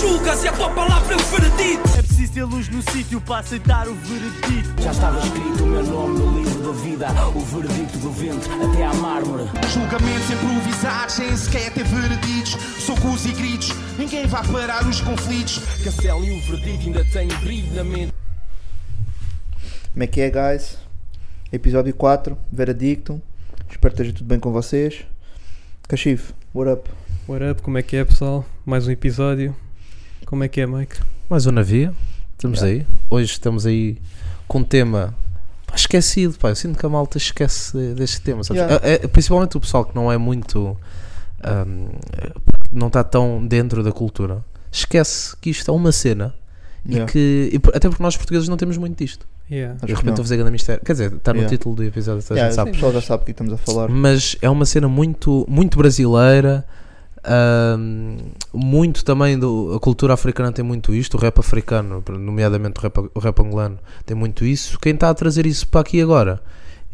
julgas e a tua palavra é o veredito. É preciso ter luz no sítio para aceitar o veredito. Já estava escrito o meu nome no livro da vida, o veredito do vento até à mármore. Julgamentos improvisados, sem sequer ter vereditos. Socos e gritos, ninguém vai parar os conflitos. Castelo e o veredito ainda têm brilho na mente. Como é que é, guys? Episódio 4, Veredicto. Espero que esteja tudo bem com vocês. Cachif, what up? What up? Como é que é, pessoal? Mais um episódio. Como é que é, Mike? Mais um navio, estamos aí. Hoje estamos aí com um tema pá, esquecido, pá. Eu sinto que a malta esquece de- deste tema, sabes? Yeah. É- é- principalmente o pessoal que não é muito. ahm, não está tão dentro da cultura. Esquece que isto é uma cena Yeah. e que. e por- até porque nós portugueses não temos muito disto. Yeah. Acho e de que repente não. estou a fazer grande mistério. Quer dizer, está no Yeah. título do episódio, toda a Yeah, gente sabe. o pessoal já sabe o que estamos a falar. Mas é uma cena muito, muito brasileira. ahm, muito também do, a cultura africana tem muito isto, o rap africano, nomeadamente o rap, o rap angolano, tem muito isso. Quem está a trazer isso para aqui agora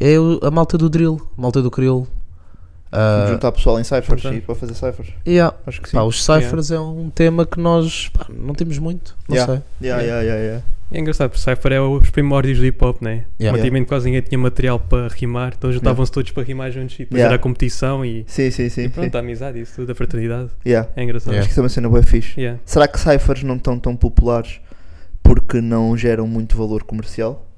é o- a malta do drill, a malta do crioulo. Vamos Ah, juntar pessoal em ciphers portanto- e para fazer ciphers. yeah. Acho que sim. Pá, os ciphers é um tema que nós pá, não temos muito, não Yeah. sei. Yeah, yeah, yeah, yeah. É engraçado, porque Cypher é os primórdios do hip hop, né? Yeah. Antigamente quase ninguém tinha material para rimar, então juntavam-se todos para rimar juntos e depois Yeah. era a competição e, Sim, sim, sim. e sim. pronto, a amizade e isso tudo, a fraternidade. Yeah. É engraçado. Acho Yeah. que isso é uma cena boa fixe. Será que ciphers não estão tão populares porque não geram muito valor comercial?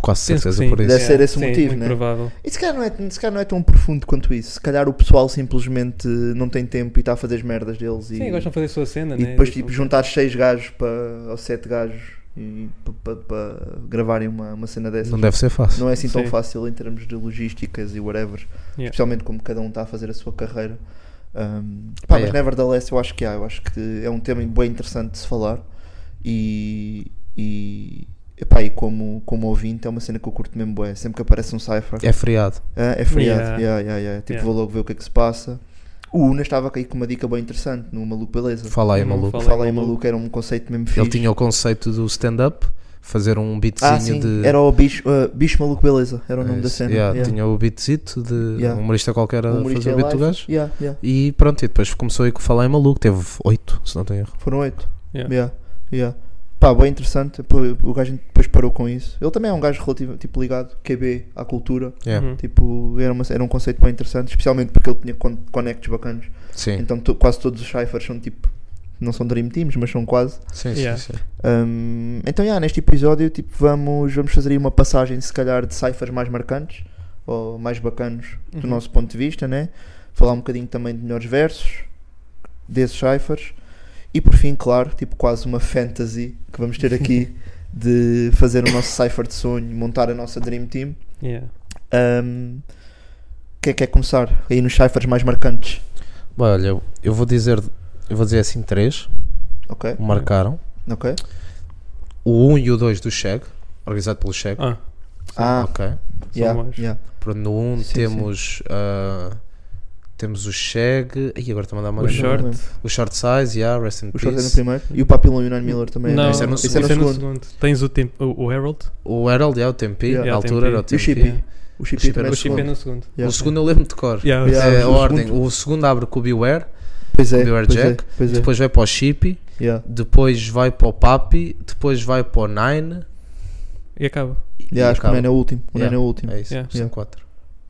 Quase Penso que certeza sim. por isso. Deve ser esse o Sim, motivo, muito né? provável. E se calhar, não é, se calhar não é tão profundo quanto isso. Se calhar o pessoal simplesmente não tem tempo e está a fazer as merdas deles. Sim, e, gostam de fazer a sua cena, e né? depois tipo, Então, juntar seis gajos para, ou sete gajos e para gravarem uma, uma cena dessas. Não deve ser fácil. Não é assim tão Sim. fácil em termos de logísticas e whatever. Yeah. Especialmente como cada um está a fazer a sua carreira. Um, Ah, pá, mas yeah. nevertheless eu acho que há. Eu acho que é um tema bem interessante de se falar. E, e, epá, e como, como ouvinte é uma cena que eu curto mesmo bué. Sempre que aparece um cipher É feriado. ah, é feriado. Yeah. Yeah, yeah, yeah. Tipo, Yeah. vou logo ver o que é que se passa. O Una estava aí com uma dica bem interessante no Maluco Beleza. Fala aí, Não maluco. O fala. Fala aí Maluco. Maluco era um conceito mesmo fixe. Ele tinha o conceito do stand-up, fazer um beatzinho ah, sim. de. Era o bicho, ah, bicho Maluco Beleza. Era o nome É da isso, cena. yeah, Yeah. Tinha o beatzito de Yeah. um humorista qualquer a Humorista fazer o em beat do live. gajo. Yeah, yeah. E pronto, e depois começou aí com o Falar em Maluco, teve 8, se não tenho erro. Foram oito. Yeah. Yeah, yeah. Pá, bem interessante. Pô, O gajo depois parou com isso. Ele também é um gajo relativo, tipo, ligado, QB, à cultura. Yeah, uhum. Tipo, era, uma- era um conceito bem interessante, especialmente porque ele tinha con- connects bacanas. Sim, Então to- quase todos os ciphers são tipo, não são Dream Teams, mas são quase. sim, sim, Yeah. sim. Hum, então, yeah, neste episódio, tipo, vamos, vamos fazer aí uma passagem, se calhar, de ciphers mais marcantes ou mais bacanos do Uhum. nosso ponto de vista, né? Falar um bocadinho também de melhores versos desses ciphers e, por fim, claro, tipo, quase uma fantasy que vamos ter aqui de fazer o nosso cipher de sonho, montar a nossa Dream Team. Yeah. Hum, quem é que quer começar? Aí nos ciphers mais marcantes, Bom, olha, eu- eu vou dizer, eu vou dizer assim 3, ok? marcaram. Ok? O 1 e o 2 do Cheg, organizado pelo Cheg. Ah, Ah, Ok. são yeah, mais. yeah. Pronto, no 1 Sim, sim. temos. ah, temos o Cheg. Ih, agora estou a mandar uma O grande- Short. O Short Size, yeah, Rest in O Peace. short é no primeiro. E o Papillon e o Nine Miller também. Não, Isso é é no isso é no no segundo. segundo. Tens o, tempo, o, o Harold. O Herald, yeah, o Tempi, Yeah. a Yeah, altura era o Tempi. Tempi. E o Chippy. O Chip Chip também é o no Chip é segundo. no segundo. Yeah. O segundo eu lembro de cor. Yeah. Yeah. É, a o ordem. segundo. O segundo abre com o Beware, Pois é, o Beware pois é, Jack, pois é. depois vai para o Chippy, Yeah, depois vai para o Papi, depois vai para o Nine. E acaba. e- e Yeah, acho que o acaba. Nine é o último. O Nine Yeah. é o último. É isso, Yeah. são Yeah. quatro.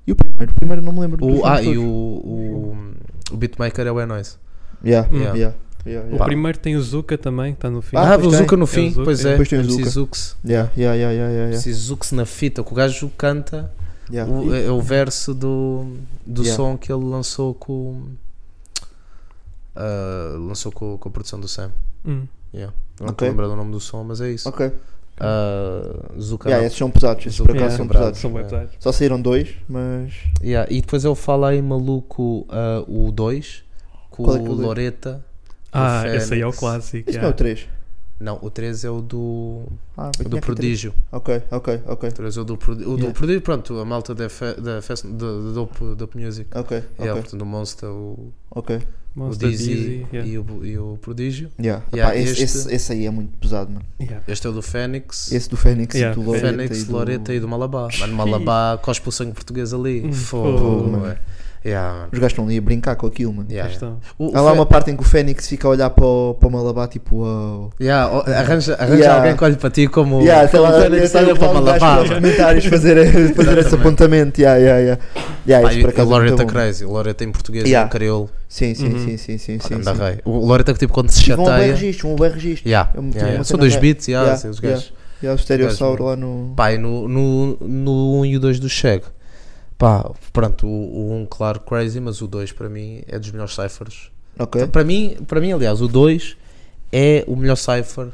E o primeiro? O primeiro não me lembro dos O, ah, nomes e o, todos. o, o Beatmaker é o Enoise. Yeah, Hum. yeah, yeah, yeah, O yeah. primeiro tem o Zuka também, que está no fim. Ah, Ah, pois o tem. Zuka É o no fim, Zuka, pois é. é. Depois tem o MC Zuka. Zux. Yeah, yeah, yeah, yeah, yeah, yeah, MC Zux na fita, que o gajo canta yeah. o, é, é o verso do, do Yeah. som que ele lançou com. ah, lançou com, com a produção do Sam. Hum. Não Ok. estou a lembrar do nome do som, mas é isso. Ok. Ah, Zuka Yeah, na- esses são pesados. Esses por Zuka. acaso Yeah. são Bravo. pesados. São bem É. pesados. Só saíram dois, mas. Yeah, e depois eu falo aí maluco ah, o 2 com Qual é que é o o dois? Loreta. o Ah, esse aí é o Fênix. clássico. Isso não é yeah. o 3. Não, o 3 é o do, Ah, o do eu tinha aqui três. Prodígio. Ok, ok, ok. O 3 é o do, prodi- o do Yeah. Prodígio, pronto, a malta da, fe, da, fest, da, da dope, dope Music. Ok, Yeah, ok, portanto, o Monster, o, ok. o Monster Dizzy Dizzy, yeah. e, o, e o Prodígio. Yeah. Yeah, Epá, esse, este- esse, esse aí é muito pesado, mano. Yeah. Este é o do Fênix. Esse do Fênix Yeah, e do Loreta. Fênix, e do... Loreta e do Malabar. Mano, Malabar cospe o sangue português ali. Hum, Fogo, fogo, é. mano. Yeah, mano. Os gajos estão ali a brincar com aquilo, mano. Yeah, Cá yeah. está. O- o Há lá Fe- uma parte em que o Fênix fica a olhar para o, para o Malabar, tipo, uau. Yeah, o- arranja arranja Yeah. alguém que olhe para ti como Yeah, sei como lá, o Félix sei lá, olha para o um gajo Malabar. para os comentários fazer, fazer esse Exatamente. apontamento. Yeah, yeah, yeah. Yeah, Pá, isso e por o acaso é Loreta muito bom. Crazy, o Loreta em português, Yeah. um crioulo, Sim, sim, Uhum. sim, sim, sim, sim. anda sim. rei. O Loreta que tipo quando se E vão a um bem chateia. registro, vão a um bem registro. Yeah, É uma- yeah, uma yeah. São cena dois rei. beats, yeah, Yeah, assim, os yeah. gajos. E há o Stereossauro lá no. Pá, e no, no, no 1 e o 2 do Cheg, pá, pronto, o, o 1 claro crazy, mas o 2 para mim é dos melhores ciphers. Então, Ok. Para, mim, para mim, aliás, o 2 é o melhor cipher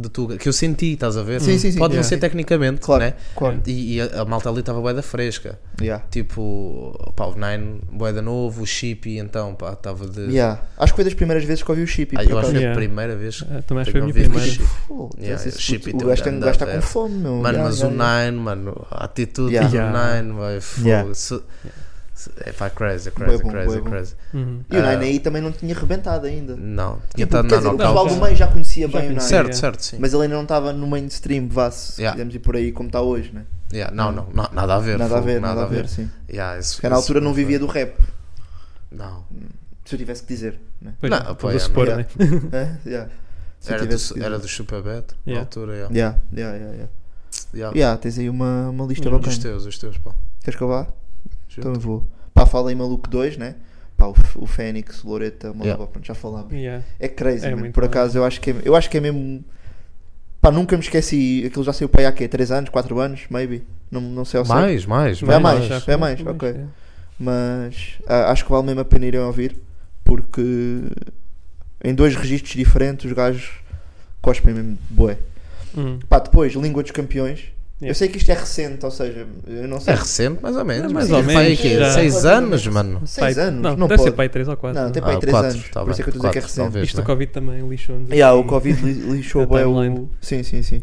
de Tuga que eu senti, estás a ver? Sim, sim, sim. Pode não Yeah. ser tecnicamente, Claro. né? Claro. E, e a, a malta ali estava bué da fresca. Yeah. Tipo, pá, o Nine, bué da novo, o Chip, então, pá, estava de. Yeah. Acho que foi das primeiras vezes que ouvi o Chip. Ah, por eu acho acaso. que é a Yeah. primeira vez. Ah, também acho que foi a Tenho minha ouvido que primeira. sim. Pô, Yeah, esse- o Chip e o teu gajo tem- o ganda gajo está com verbo. fome, meu. é. Mano, Yeah, mas yeah, o yeah. Nine, mano, a atitude Yeah. do Yeah. Nine, vai, fogo. Yeah. se- se- É pá, crazy, Bué crazy, bom, crazy, bué bom. crazy. Uhum. E o Nine Ah. aí também não tinha rebentado ainda. Não, tinha Tipo, quer estado dizer, na o pessoal do knockout. meio já Já conhecia bem o Nine. conhecia. Certo, certo, sim. Mas ele ainda não estava no mainstream, vá, se Yeah. quisermos ir por aí como está hoje, né? Yeah, não, não, na- nada a ver. Tipo assim, é Nada a fogo, ver, nada a ver, sim. Yeah, isso- Porque na isso- altura não vivia do rap, Não, se eu tivesse que dizer, né? Pois, Não, não, pô, a é, supor, não. né? Hã? Yeah. Se eu era, tivesse que do, era dizer. do Superbet na Yeah. altura. Yeah. Yeah, yeah, yeah, yeah. Yeah. Yeah, tens aí uma, uma lista Yeah. bacana. Os teus, os teus, pá. Queres que eu vá? Juro. Então eu vou. Pá, fala aí Maluco 2, né? Pá, o, F- o Fênix, o Loreta, o Malabar, Yeah. pronto, já falámos. Yeah. É crazy, É mano. muito por bom. acaso eu acho que é, eu acho que é mesmo. Pá, nunca me esqueci. Aquilo já saiu para aí há quê? 3 anos, 4 anos, maybe. Não, não sei ao certo. mais, mais, é Vai mais, mais, já vai com- mais, ok. é. Mas ah, acho que vale mesmo a pena irem ouvir. Porque em dois registros diferentes os gajos cospem mesmo bué. Uhum. Pá, depois, Língua dos Campeões. Eu Yeah. sei que isto é recente, ou seja, eu não É sei. recente, mais ou menos. É, mais mano. ou Vai menos, quê? já. Seis anos, mano. 6 Pai- anos, Não, não, deve pode. ser para aí 3 ou 4. Não, tem para aí Ah, 3 quatro, tá anos. por isso é bem, que eu estou a dizer que é quatro, recente. talvez. Isto né? do Covid também lixou nos Yeah, o Covid li- lixou Da bem o. timeline. Sim, sim, sim.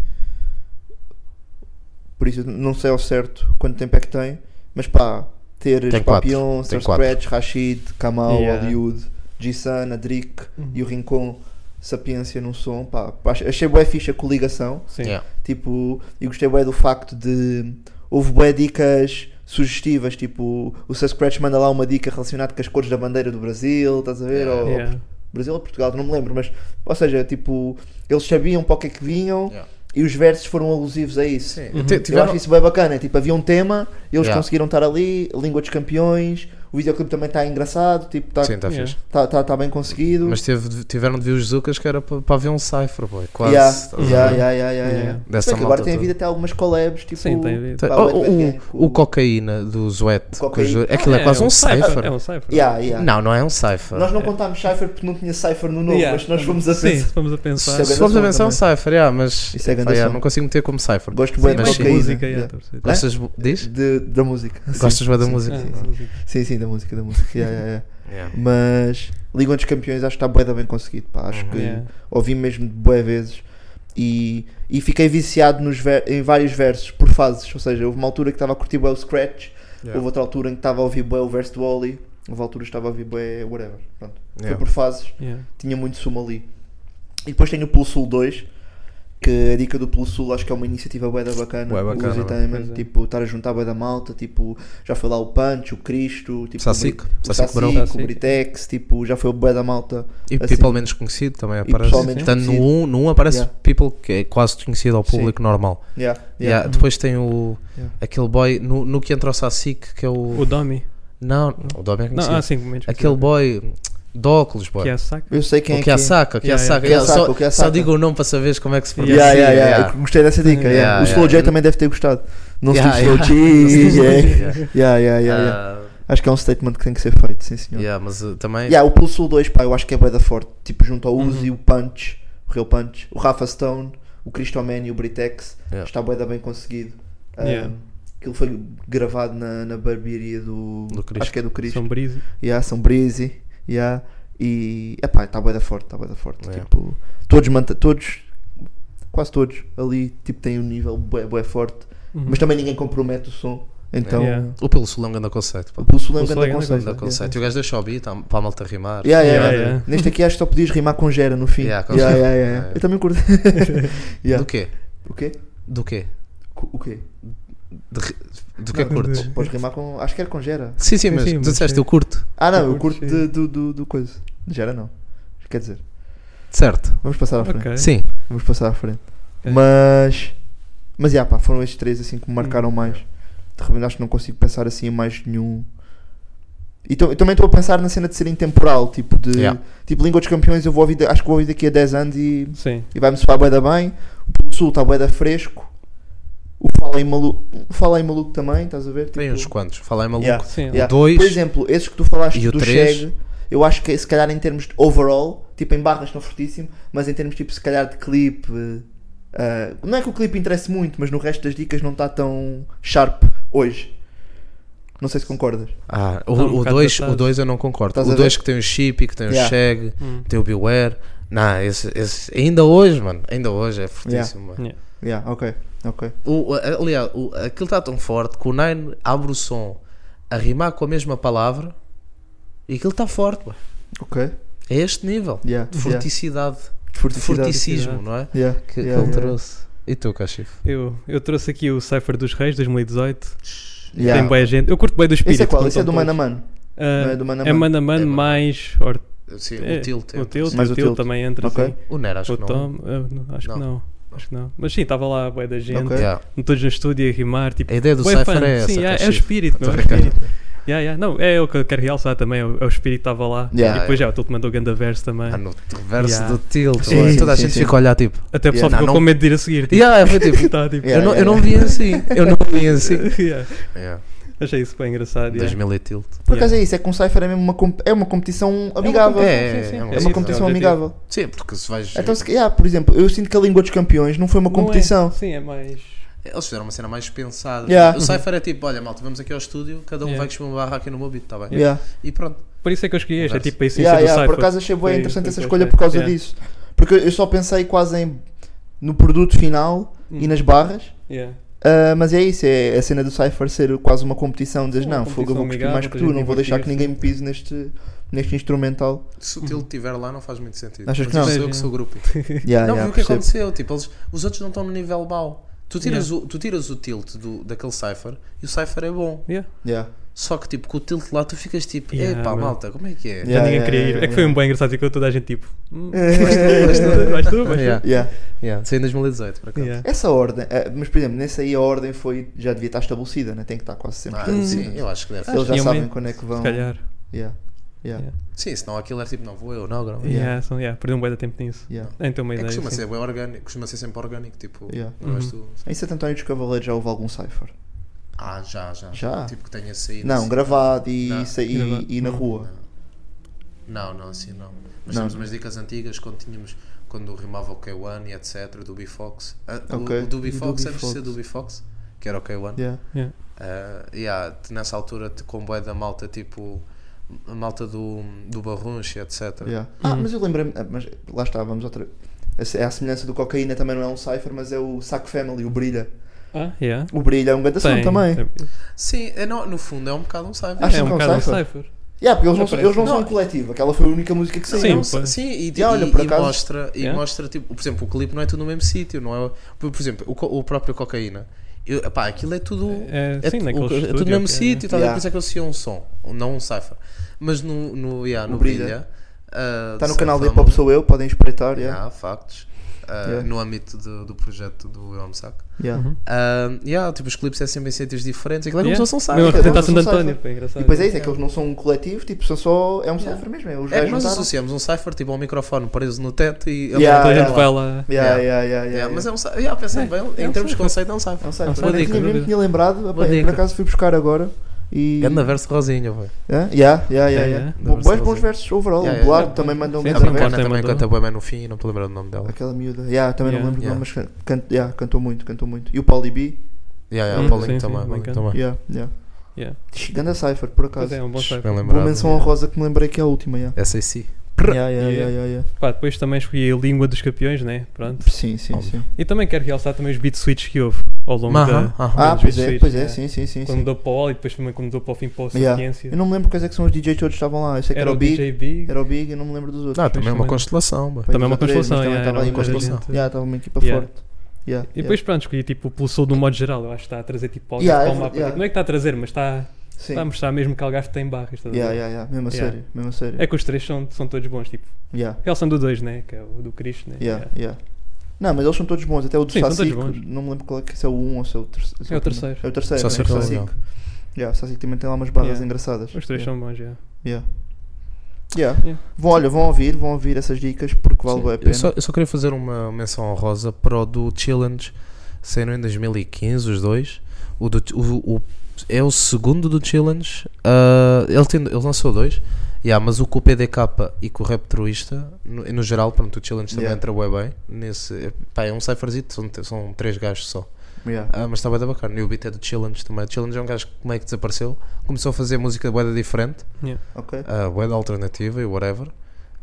Por isso, não sei ao certo quanto tempo é que tem, mas pá, ter Tem quatro, Papillon, tem Sir quatro. Scratch, Rashid, Kamal, Yeah. Hollywood, G-Sun, Adric Uhum. e o Rincon, Sapiência num som, pá. pá, ach- Achei bué ficha a coligação, Sim. Yeah. tipo, e gostei bué do facto de. Houve bué dicas sugestivas, tipo, o Sir Scratch manda lá uma dica relacionada com as cores da bandeira do Brasil, estás a ver? Yeah. Ou- Yeah. Brasil ou Portugal, não me lembro, mas ou seja, tipo, eles sabiam para o que é que vinham Yeah. e os versos foram alusivos a isso. Sim. Uhum. Ti- Eu Tiveram, acho isso bem bacana, tipo, havia um tema, eles Yeah. conseguiram estar ali, a língua dos campeões, o videoclipe também está engraçado, tipo, está Sim, tá Yeah. fixe. tá, tá, tá bem conseguido. Mas teve- tiveram de ver os Zucas que era para para ver um cipher, boy. Quase. Yeah, estás a ver? yeah, yeah, yeah, yeah, yeah. Yeah. Dessa Se bem que malta agora tem toda. havido até algumas collabs, tipo, Sim, tem havido. Tem- pá, oh, o Ed Bad Gang o, o, com- cocaína do Zuet. com Cocaína. os Zuet. Aquilo é, quase um, cipher. É um cipher. Yeah, yeah. Não, não é um cipher. Nós não contámos Cypher porque não tinha Cypher no nome, Yeah. mas nós fomos a Sim, pensar. se vamos a pensar. Isso é Se formos a Ganda pensar, é um cipher, yeah, mas Isso é ganda pá, yeah, som. não consigo meter como cipher. Gosto Sim, bem da mas sim. cocaína. música, yeah, yeah. tô a perceber. Gostas, diz? De- da música. Gostas bem da música? sim, Ah, sim. música. Sim, sim, da música, da música. Yeah, yeah, yeah. Mas Liga dos Campeões acho que está bué da bem conseguido, pá. Uhum. Acho que Yeah. ouvi mesmo bué vezes e, e fiquei viciado nos ver- em vários versos, por fases. Ou seja, houve uma altura que estava a curtir bué o Scratch, Yeah. houve outra altura em que estava a ouvir bué o verso do Oli, houve altura que estava a ouvir bué whatever. Pronto. Yeah. Foi por fases, Yeah. tinha muito sumo ali. E depois tenho o Pelo Sul 2, que a dica do Pelo Sul acho que é uma iniciativa bué da bacana. Bué bacana, o bué. Lusitanian, Pois é. tipo, estar a juntar bué da malta, tipo, já foi lá o Punch, o Cristo, tipo, Sacico, o Sacico Barão. Sacico, o Sacico. Britex, tipo, já foi o bué da malta. E Assim. People menos conhecido também aparece. pessoal menos Portanto, no conhecido. 1 no um aparece Yeah. People que é quase desconhecido ao público normal. Yeah, Yeah, yeah. Depois tem o Yeah. aquele boy no, no que entra o Sassic, que é o. O Domi. Não, não, o Dom é conhecido. Não, ah, sim, menos aquele boy de óculos, boy. Que é a saca. Eu sei quem o é que que é a é. saca, que é a Yeah, yeah. saca. Que é a Yeah, saca, só- o que é a Só saca. digo o nome para saberes como é que se pronuncia. Yeah, yeah, yeah. Yeah. Eu Gostei dessa dica. Yeah, yeah. O yeah. Slow J também deve ter gostado. Não se diz Yeah, Slow yeah. G. yeah. Yeah. Yeah, yeah, yeah, yeah. Ah, Acho que é um statement que tem que ser feito, sim senhor. yeah, mas uh, também. Yeah, o Pulso 2, pá, eu acho que é bué da forte. Tipo, junto ao Uzi, o Punch, o Real Punch, o Rafa Stone, o Cristoman e o Britex. Yeah. Está bué da bem conseguido. Ah, Yeah. Aquilo foi gravado na, na barbearia do... Do Cristo. acho que é do Cristo. São Brise. Yeah, são Breezy. Yeah. E epá, está bué da forte, está bué da forte. Yeah. Tipo, todos, manta- todos, quase todos ali, tipo, têm um nível bué, bué forte. Uhum. Mas também ninguém compromete o som. Então, Yeah. O Pelo Sul é um grande conceito. pá. o pulso lembra Pulso da é grande um conceito. Grande yeah. conceito. E o gajo deixa o beat tá- para a malta rimar. Yeah, yeah, Yeah, yeah. yeah. Neste aqui acho que só podias rimar com gera no fim. é. Yeah, com É. Yeah, gera. yeah, yeah, yeah. Yeah. Eu também curto. yeah. Do quê? O quê? Do quê? Co- O quê? De ri- do que é Não, curtes? de- Podes rimar com. Acho que era com Gera. Sim, sim, Sim, mas sim, tu mas disseste sim. eu curto, Ah, não, eu Eu curto curto, de- do, do, do coisa. De Gera não. Quer dizer, certo? vamos passar à frente. Ok. Sim. Vamos passar à frente. É. Ok. Mas. Mas já, pá, foram estes três assim que Hum. me marcaram mais. De repente acho que não consigo pensar assim em mais nenhum. E to- eu também estou a pensar na cena de ser intemporal, tipo de. Yeah. Tipo, Língua dos Campeões, eu vou ouvir, da- acho que vou ouvir daqui a 10 anos e, Sim. e vai-me soar bué da bem. O Polo Sul está bué da fresco. O Fala em Maluco, o Fala em Maluco também, estás a ver? Tem Tipo, uns quantos. Falei maluco. Yeah. Sim. Yeah. é, dois. Por exemplo, esses que tu falaste E o do três. Cheg, eu acho que é, se calhar em termos de overall, tipo em barras estão fortíssimo, mas em termos tipo se calhar de clipe, eh, ah, não é que o clipe interesse muito, mas no resto das dicas não está tão sharp hoje. Não sei se concordas. Ah, o- Tá um o bocado 2 datado. o dois eu não concordo. Estás a O ver? 2 que tem o Chip, que tem Yeah. o Shag, Hum. tem o Beware. Não, esse, esse- ainda hoje, mano. Ainda hoje é fortíssimo. mano. Yeah. Yeah, ok, ok. O, a- aliás, o, aquilo está tão forte que o Nine abre o som a rimar com a mesma palavra e aquilo está forte. mano. Ok. É este nível Yeah, de yeah. forticidade, de Forticidade. forticismo, não é? Yeah, Que, que yeah, ele yeah. trouxe. E tu, Cachif? Eu, eu trouxe aqui o Cypher dos Reis 2018. Yeah. Tem boa gente. Eu curto bem do espírito. Esse é qual? não Esse é são do todos. Mano a Mano. Ah, Não é do Mano a é Mano. Mano a Mano É Mano a mais. Or... Sim, é, o Tilt. é. O Tilt, Mas o o Tilt Tilt. também entra. Ok. Sim. O Nero, acho O que não. Tom, ah, não, acho que Não. não. Acho que não. Mas sim, estava lá a boia da gente. Ok. Yeah. Todos no estúdio a rimar. Tipo, A ideia do bué Cypher fun. é essa. Sim, é, é o Cachif. espírito, meu. Tô É o brincando. espírito. Yeah, yeah. Não, é o que eu quero realçar também. É o, é o espírito que estava lá. Yeah, e depois já, o Tilt mandou o ganda verso também. Ah, no reverso Yeah. do Tilt. Sim, mano. Toda a sim, gente sim. fica a olhar tipo. Até o pessoal Yeah, ficou não, com não- medo de ir a seguir. Tipo, Yeah, foi tipo. tá, tipo, eu, Yeah, não, yeah, eu não vi assim. Eu não vi assim. yeah. Yeah. Achei isso bem engraçado. yeah. 2000 e Tilt. Por acaso é isso, é que um Cypher é mesmo uma, comp- é uma competição amigável. competição, É, sim, sim, sim. uma É isso, é competição o objetivo. amigável. Sim, porque se vais. Então, se, yeah, por exemplo, eu sinto que a Língua dos Campeões não foi uma Não é- competição. Sim, é mais. Eles fizeram uma cena mais pensada. Yeah. O Cypher é tipo: olha, malta, vamos aqui ao estúdio, cada um Yeah. vai comer uma barra aqui no meu beat, tá bem? Yeah. E pronto. Por isso é que eu escolhi este, é Conversa. tipo a essência Yeah, do yeah, Cypher. por acaso achei bem Foi- interessante foi essa o que eu escolha achei. por causa Yeah. disso. Porque eu só pensei quase em, no produto final Hum. e nas barras. Yeah. Ah, mas é isso, é a cena do Cypher ser quase uma competição. Dizes, Uma não, fogo, eu vou cuspir competição mais que tu, amigável, não vou para a gente deixar que ninguém me pise neste, neste instrumental. Se o Tilt estiver lá, não Ah, faz muito sentido. Achas Mas que não? isso sou eu Sim, que sim. sou o grupo. Yeah, não, yeah, viu o que percebo. aconteceu? Tipo, eles, os outros não estão no nível mau. Tu tiras, o, tu tiras o Tilt do, daquele Cypher e o Cypher é bom. Yeah. Yeah. Só que tipo, com o Tilt lá, tu ficas tipo: Yeah, epá, meu. malta, como é que é? Yeah, Já ninguém yeah, queria ir. yeah, é que foi yeah. um bem engraçado, ficou toda a gente tipo. hum, Eh, Vais tu, vais tu, vais tu. Yeah. yeah. Yeah, Isso é em 2018, por acaso. Yeah. Essa ordem, ah, mas por exemplo, nessa aí a ordem foi, já devia estar estabelecida, né? tem que estar quase sempre Ah, estabelecida. sim, eu acho que deve Eles já Tinha sabem medo, quando é que vão. um Se calhar. Yeah. Yeah. Sim, senão aquilo era tipo, não, vou eu, não, agora. Yeah, são, yeah, perdi um bué de tempo nisso. Yeah. Então uma É, ideia. costuma sim. ser bem orgânico, costuma ser sempre orgânico, tipo, Yeah. não és tu. Em Santo António dos Cavaleiros já houve algum cipher? Ah, já, já. Já? Tipo que tenha saído. Não, assim. gravado e, Não. isso aí- Gravado. e na rua. Não, não, assim não. Mas Não. temos umas dicas antigas quando tínhamos, quando rimava o K1 e etc, do B-Fox. Ah, o- Ok. O do B-Fox, Do antes de ser do B-Fox, que era o K1. Yeah. Yeah. Ah, yeah, t- nessa altura, t- com bué da malta, tipo, a malta do, do Barrunche, etc. Yeah. Hum. Ah, mas eu lembrei-me. ah, Mas lá está, vamos outra. essa É a semelhança do cocaína, também não é um cipher, mas é o Saco Family, o Brilha. Ah, yeah. O Brilha é um grande assunto Tem- também. tem- Sim, é, no, no fundo é um bocado um cyber. Acho É um que é um bocado um cipher. cipher. Yeah, porque eles não, Não são- parece. eles não são Não. um coletivo, aquela foi a única música que saiu. Sim. Não, pá. sim, e, tipo, E olha, e- por e acaso- mostra, e Yeah. mostra tipo, por exemplo, o clipe não é tudo no mesmo sítio, não é? Por, por exemplo, o, co- o próprio cocaína. Eu, epá, aquilo é tudo. É, sim, tu- naquele o- é estúdio, tudo no mesmo ok, sítio, talvez yeah. por isso é que eu sei um som, não um cipher. Mas no, no, yeah, No no ah, Brilha. Brilha. Está Tá no canal de Hip Hop Sou Eu, podem espreitar. Yeah. factos. ah, Yeah. No âmbito do, do projeto do Elmsac. Yeah. Uhum. Uh, yeah, tipo, os clipes é sempre em sítios diferentes. Aquilo é Yeah. como se fosse um Mesmo a cipher. Então, representar eles não Santo são António. cipher. foi engraçado. E depois é isso, é que eles não são um coletivo, tipo, são só. É um Yeah. cipher mesmo. É, os É gajos que nós juntaram. associamos um cipher tipo ao microfone preso no teto e ele Yeah, Toda a yeah, gente vai lá. Yeah, Yeah. yeah, yeah, Yeah, yeah, mas yeah. é um cipher. Yeah, pensei, É, bem, é em um termos de cipher. conceito é um cipher. É um cipher. Não sei, Olha, dica, tinha, não mesmo- vi. tinha lembrado, Boa apá, eu por dica. acaso fui buscar agora. E... É na verso rosinha, velho. Hã? Yeah, yeah, yeah, É, yeah. é. Bo- Boas bons versos overall. Yeah, o yeah, Belardo yeah. também mandou um Sim, A grande sim, verso. claro. Brincana também mandou. canta bem no fim e não estou a lembrar do nome dela. Aquela miúda. Yeah, também não Yeah. lembro o nome, Yeah. mas can- can- yeah, cantou muito, cantou muito. E o Pauli B. Yeah, yeah, Hum, É, o Paulinho sim, sim, também. o Paulinho Brincana. também. Yeah, yeah. Yeah. Ganda Cypher, por Pois acaso. é, é um bom cipher. Bem Boa lembrado. menção honrosa que me lembrei que é a última. Yeah. Essa aí sim. Yeah, yeah, yeah, yeah, yeah. Pá, depois também escolhi a língua dos campeões, né? Pronto. Sim, sim, sim. E também quero realçar também os beat switches que houve ao longo Aham, da. aham. Ah, Menos pois é, Bitsuit, pois é, yeah. sim, sim, sim. Quando sim. mudou para o Oli, depois também quando mudou para o fim para o Yeah. Sapiência. Eu não me lembro quais é que são os DJs todos que estavam lá. Eu sei que era, Era o o Big, DJ Big. era o Big e não me lembro dos outros. Não, também é uma também. constelação, velho. Pois, Ah, Também é uma os outros, mas constelação, yeah, também era estava uma aí uma constelação. gente- Yeah, estava uma equipa Yeah. forte. Yeah, E depois, pronto, escolhi tipo pelo sul do modo geral. Eu acho que está a trazer tipo para o Yeah, para o é ver- mapa. yeah. Não é que está a trazer, mas está, yeah. Sim. está a mostrar mesmo que Algarve tem barras. estás a Yeah, ver? yeah, yeah. Mesmo a Yeah. sério, mesmo a sério. É que os três são, são todos bons, tipo. Yeah, Eles são do 2, né? Que é o do Cristo, né? yeah, yeah. Não, mas eles são todos bons, até o do Sim, são todos Sacico, bons. não me lembro qual é que se é o 1 ou se é o terceiro. se É o primeiro. terceiro. É o terceiro, Só né? sei o que ele é Sacico. Yeah, o Sacico também tem lá umas barras Yeah. engraçadas. Os três são bons, já. Yeah. Yeah. Yeah. Vão, olha, vão ouvir, vão ouvir essas dicas porque vale Sim, a pena. Eu só, eu só queria fazer uma menção honrosa para o do Challenge. Saíram em 2015 os dois. O do, o, o- é o segundo do Challenge. Ah, ele, tem- ele lançou dois. Yeah, mas o com o PDK e com o Rap Truísta, no, no geral, pronto, o Challenge também Yeah. entra web bem. Nesse, pá, é um cypherzito, são, são três gajos só. Yeah. Ah, mas estava da bacana. E o beat é do Challenge também. O Challenge é um gajo que meio que desapareceu. Começou a fazer música boeda diferente Ok. a web alternativa e whatever.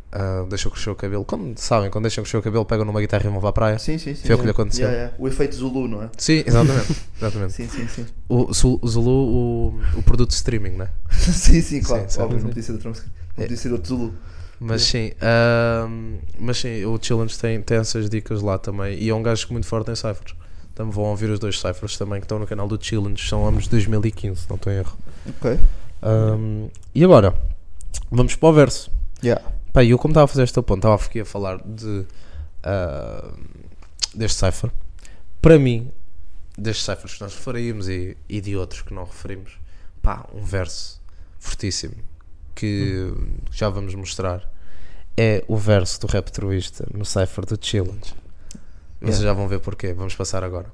Ah, deixam crescer o cabelo. Como sabem, quando deixam crescer o cabelo, pegam numa guitarra e vão para a praia. Sim, sim, sim. Foi o que sim. lhe aconteceu. Yeah, yeah. O efeito Zulu, não é? Sim, exatamente. exatamente. Sim, sim, sim. O, Zulu- o Zulu, o, o produto de streaming, né? sim, sim, claro. Sim, sim. Óbvio, não podia ser outra música. Não podia ser outro Zulu. Mas sim, ahm, mas sim, o Challenge tem, tem essas dicas lá também. E é um gajo muito forte em ciphers. Então vão ouvir os dois ciphers também que estão no canal do Challenge. São ambos de 2015, não estou em erro. Ok. Ahm, e agora, vamos para o verso. Yeah. Pá, e eu como estava a fazer esta ponta, estava aqui a falar de ah, deste cipher. Para mim, destes ciphers que nós referimos e, e de outros que não referimos, pá, um verso fortíssimo que já vamos mostrar é o verso do rap truísta no cipher do Challenge. Vocês já vão ver porquê, vamos passar agora.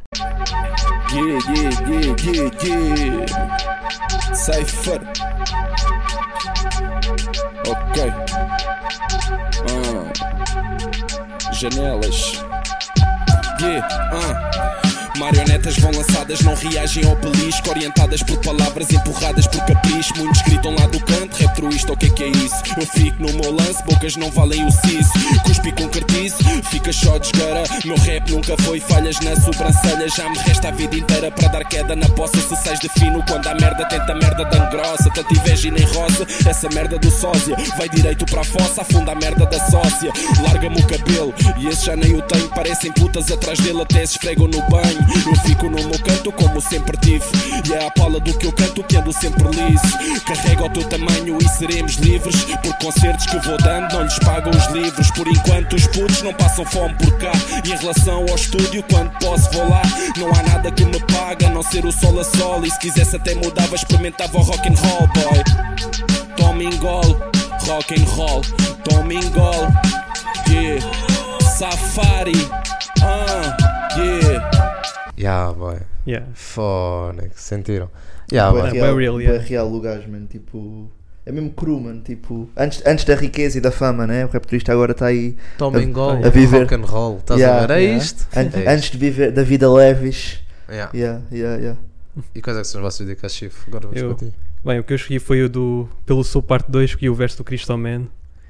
Yeah, yeah, yeah, yeah, yeah. Cypher. Ok. Ah. Janelas. Yeah, ah. Marionetas vão lançadas, não reagem ao belisco Orientadas por palavras, empurradas por capricho Muitos gritam lá do canto, retroísta, o que é que é isso? Eu fico no meu lance, bocas não valem o siso Cuspi com cartiço, fica só de esgara Meu rap nunca foi falhas na sobrancelha Já me resta a vida inteira para dar queda na poça Se sais de fino quando há merda, tenta merda tão grossa Tanta inveja e nem roça, essa merda do sósia Vai direito para a fossa, afunda a merda da sócia Larga-me o cabelo, e esse já nem o tenho Parecem putas atrás dele, até se esfregam no banho Eu fico no meu canto como sempre tive E é a pala do que eu canto que ando sempre liso Carrega o teu tamanho e seremos livres Por concertos que vou dando não lhes pagam os livros Por enquanto os putos não passam fome por cá E em relação ao estúdio quando posso vou lá Não há nada que me paga a não ser o sol a sol E se quisesse até mudava, experimentava o rock and roll boy Toma engol, rock and roll Toma engol, yeah Safari, ah, yeah Yeah, boy. Yeah. Phonics, sentiram? Yeah, boy. Bué bem. real, Bué real, bué yeah. real o gajo, mano. Tipo, é mesmo cru, mano. Tipo, antes, antes da riqueza e da fama, né? O rapturista agora está aí. Tomem gol, a viver. rock and roll, estás Yeah, a ver? É yeah. isto? An- É isto. Antes de viver da vida leves. Yeah. Yeah, yeah, yeah. E quais é que são as vossas dicas, Chifre? Agora vamos Eu. para ti. Bem, o que eu escolhi foi o do. Pelo Sul Parte 2, escolhi o verso do Crystal Man.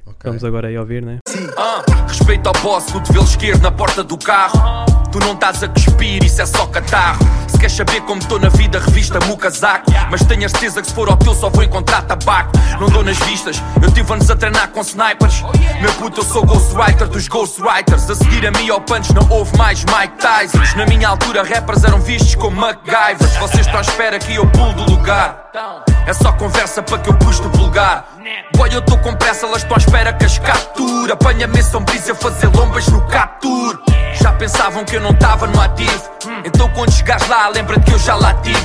Ok. Vamos agora aí ouvir, né? Ah, respeito ao boss, cotovelo esquerdo na porta do carro. Tu não estás a cuspir, isso é só catarro. Se queres saber como estou na vida, revista-me o casaco. Mas tenho a certeza que se for ao teu, só vou encontrar tabaco. Não dou nas vistas, eu tive anos a treinar com snipers. Meu puto, eu sou ghostwriter dos ghostwriters. A seguir a mim ao punch, não houve mais Mike Tysons. Na minha altura, rappers eram vistos como MacGyvers. Vocês estão à espera que eu pulo do lugar. É só conversa para que eu puxe do vulgar. Boy, eu tô com pressa, elas estão à espera que as capture Apanha-me em São Brisa a fazer lombas no capture Já pensavam que eu não tava no ativo Então quando chegares lá, lembra-te que eu já lá tive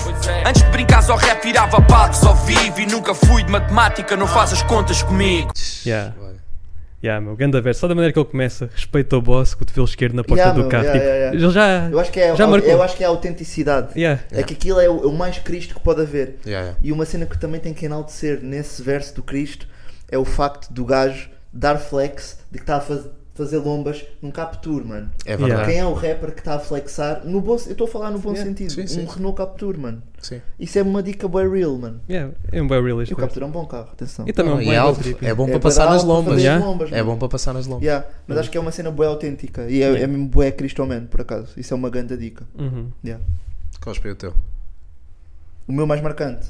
Antes de brincares ao rap, virava palcos ao vivo E nunca fui de matemática, não fazes contas comigo Yeah. Vai. Yeah, meu, grande verso. Só da maneira que ele começa, respeito ao boss, cotovelo esquerdo na porta Yeah, do meu, carro. yeah, tipo, yeah, yeah. Ele já. Eu acho que é, Já marcou. eu acho que é a autenticidade. Yeah. É que aquilo é o, é o mais Cristo que pode haver. Yeah, yeah. E uma cena que também tem que enaltecer nesse verso do Cristo é o facto do gajo dar flex de que está a faz- fazer lombas num capture, mano. É verdade. Quem é o rapper que está a flexar? No bom, eu estou a falar no bom sentido. Sim, Um sim. Renault Capture, mano. Sim. Isso é uma dica boy real, mano. Yeah, é um bem E realista. o Capture é um bom carro, atenção. E também é um e bem é, alto, trip. é bom É para passar pedal nas para lombas. fazer yeah. as lombas, né? É mano. bom para passar nas lombas. Yeah, mas acho que é uma cena boa autêntica e é, é mesmo boa Cristoman, por acaso. Isso é uma grande dica. Uhum. Yeah. Cospe é o teu. O meu mais marcante.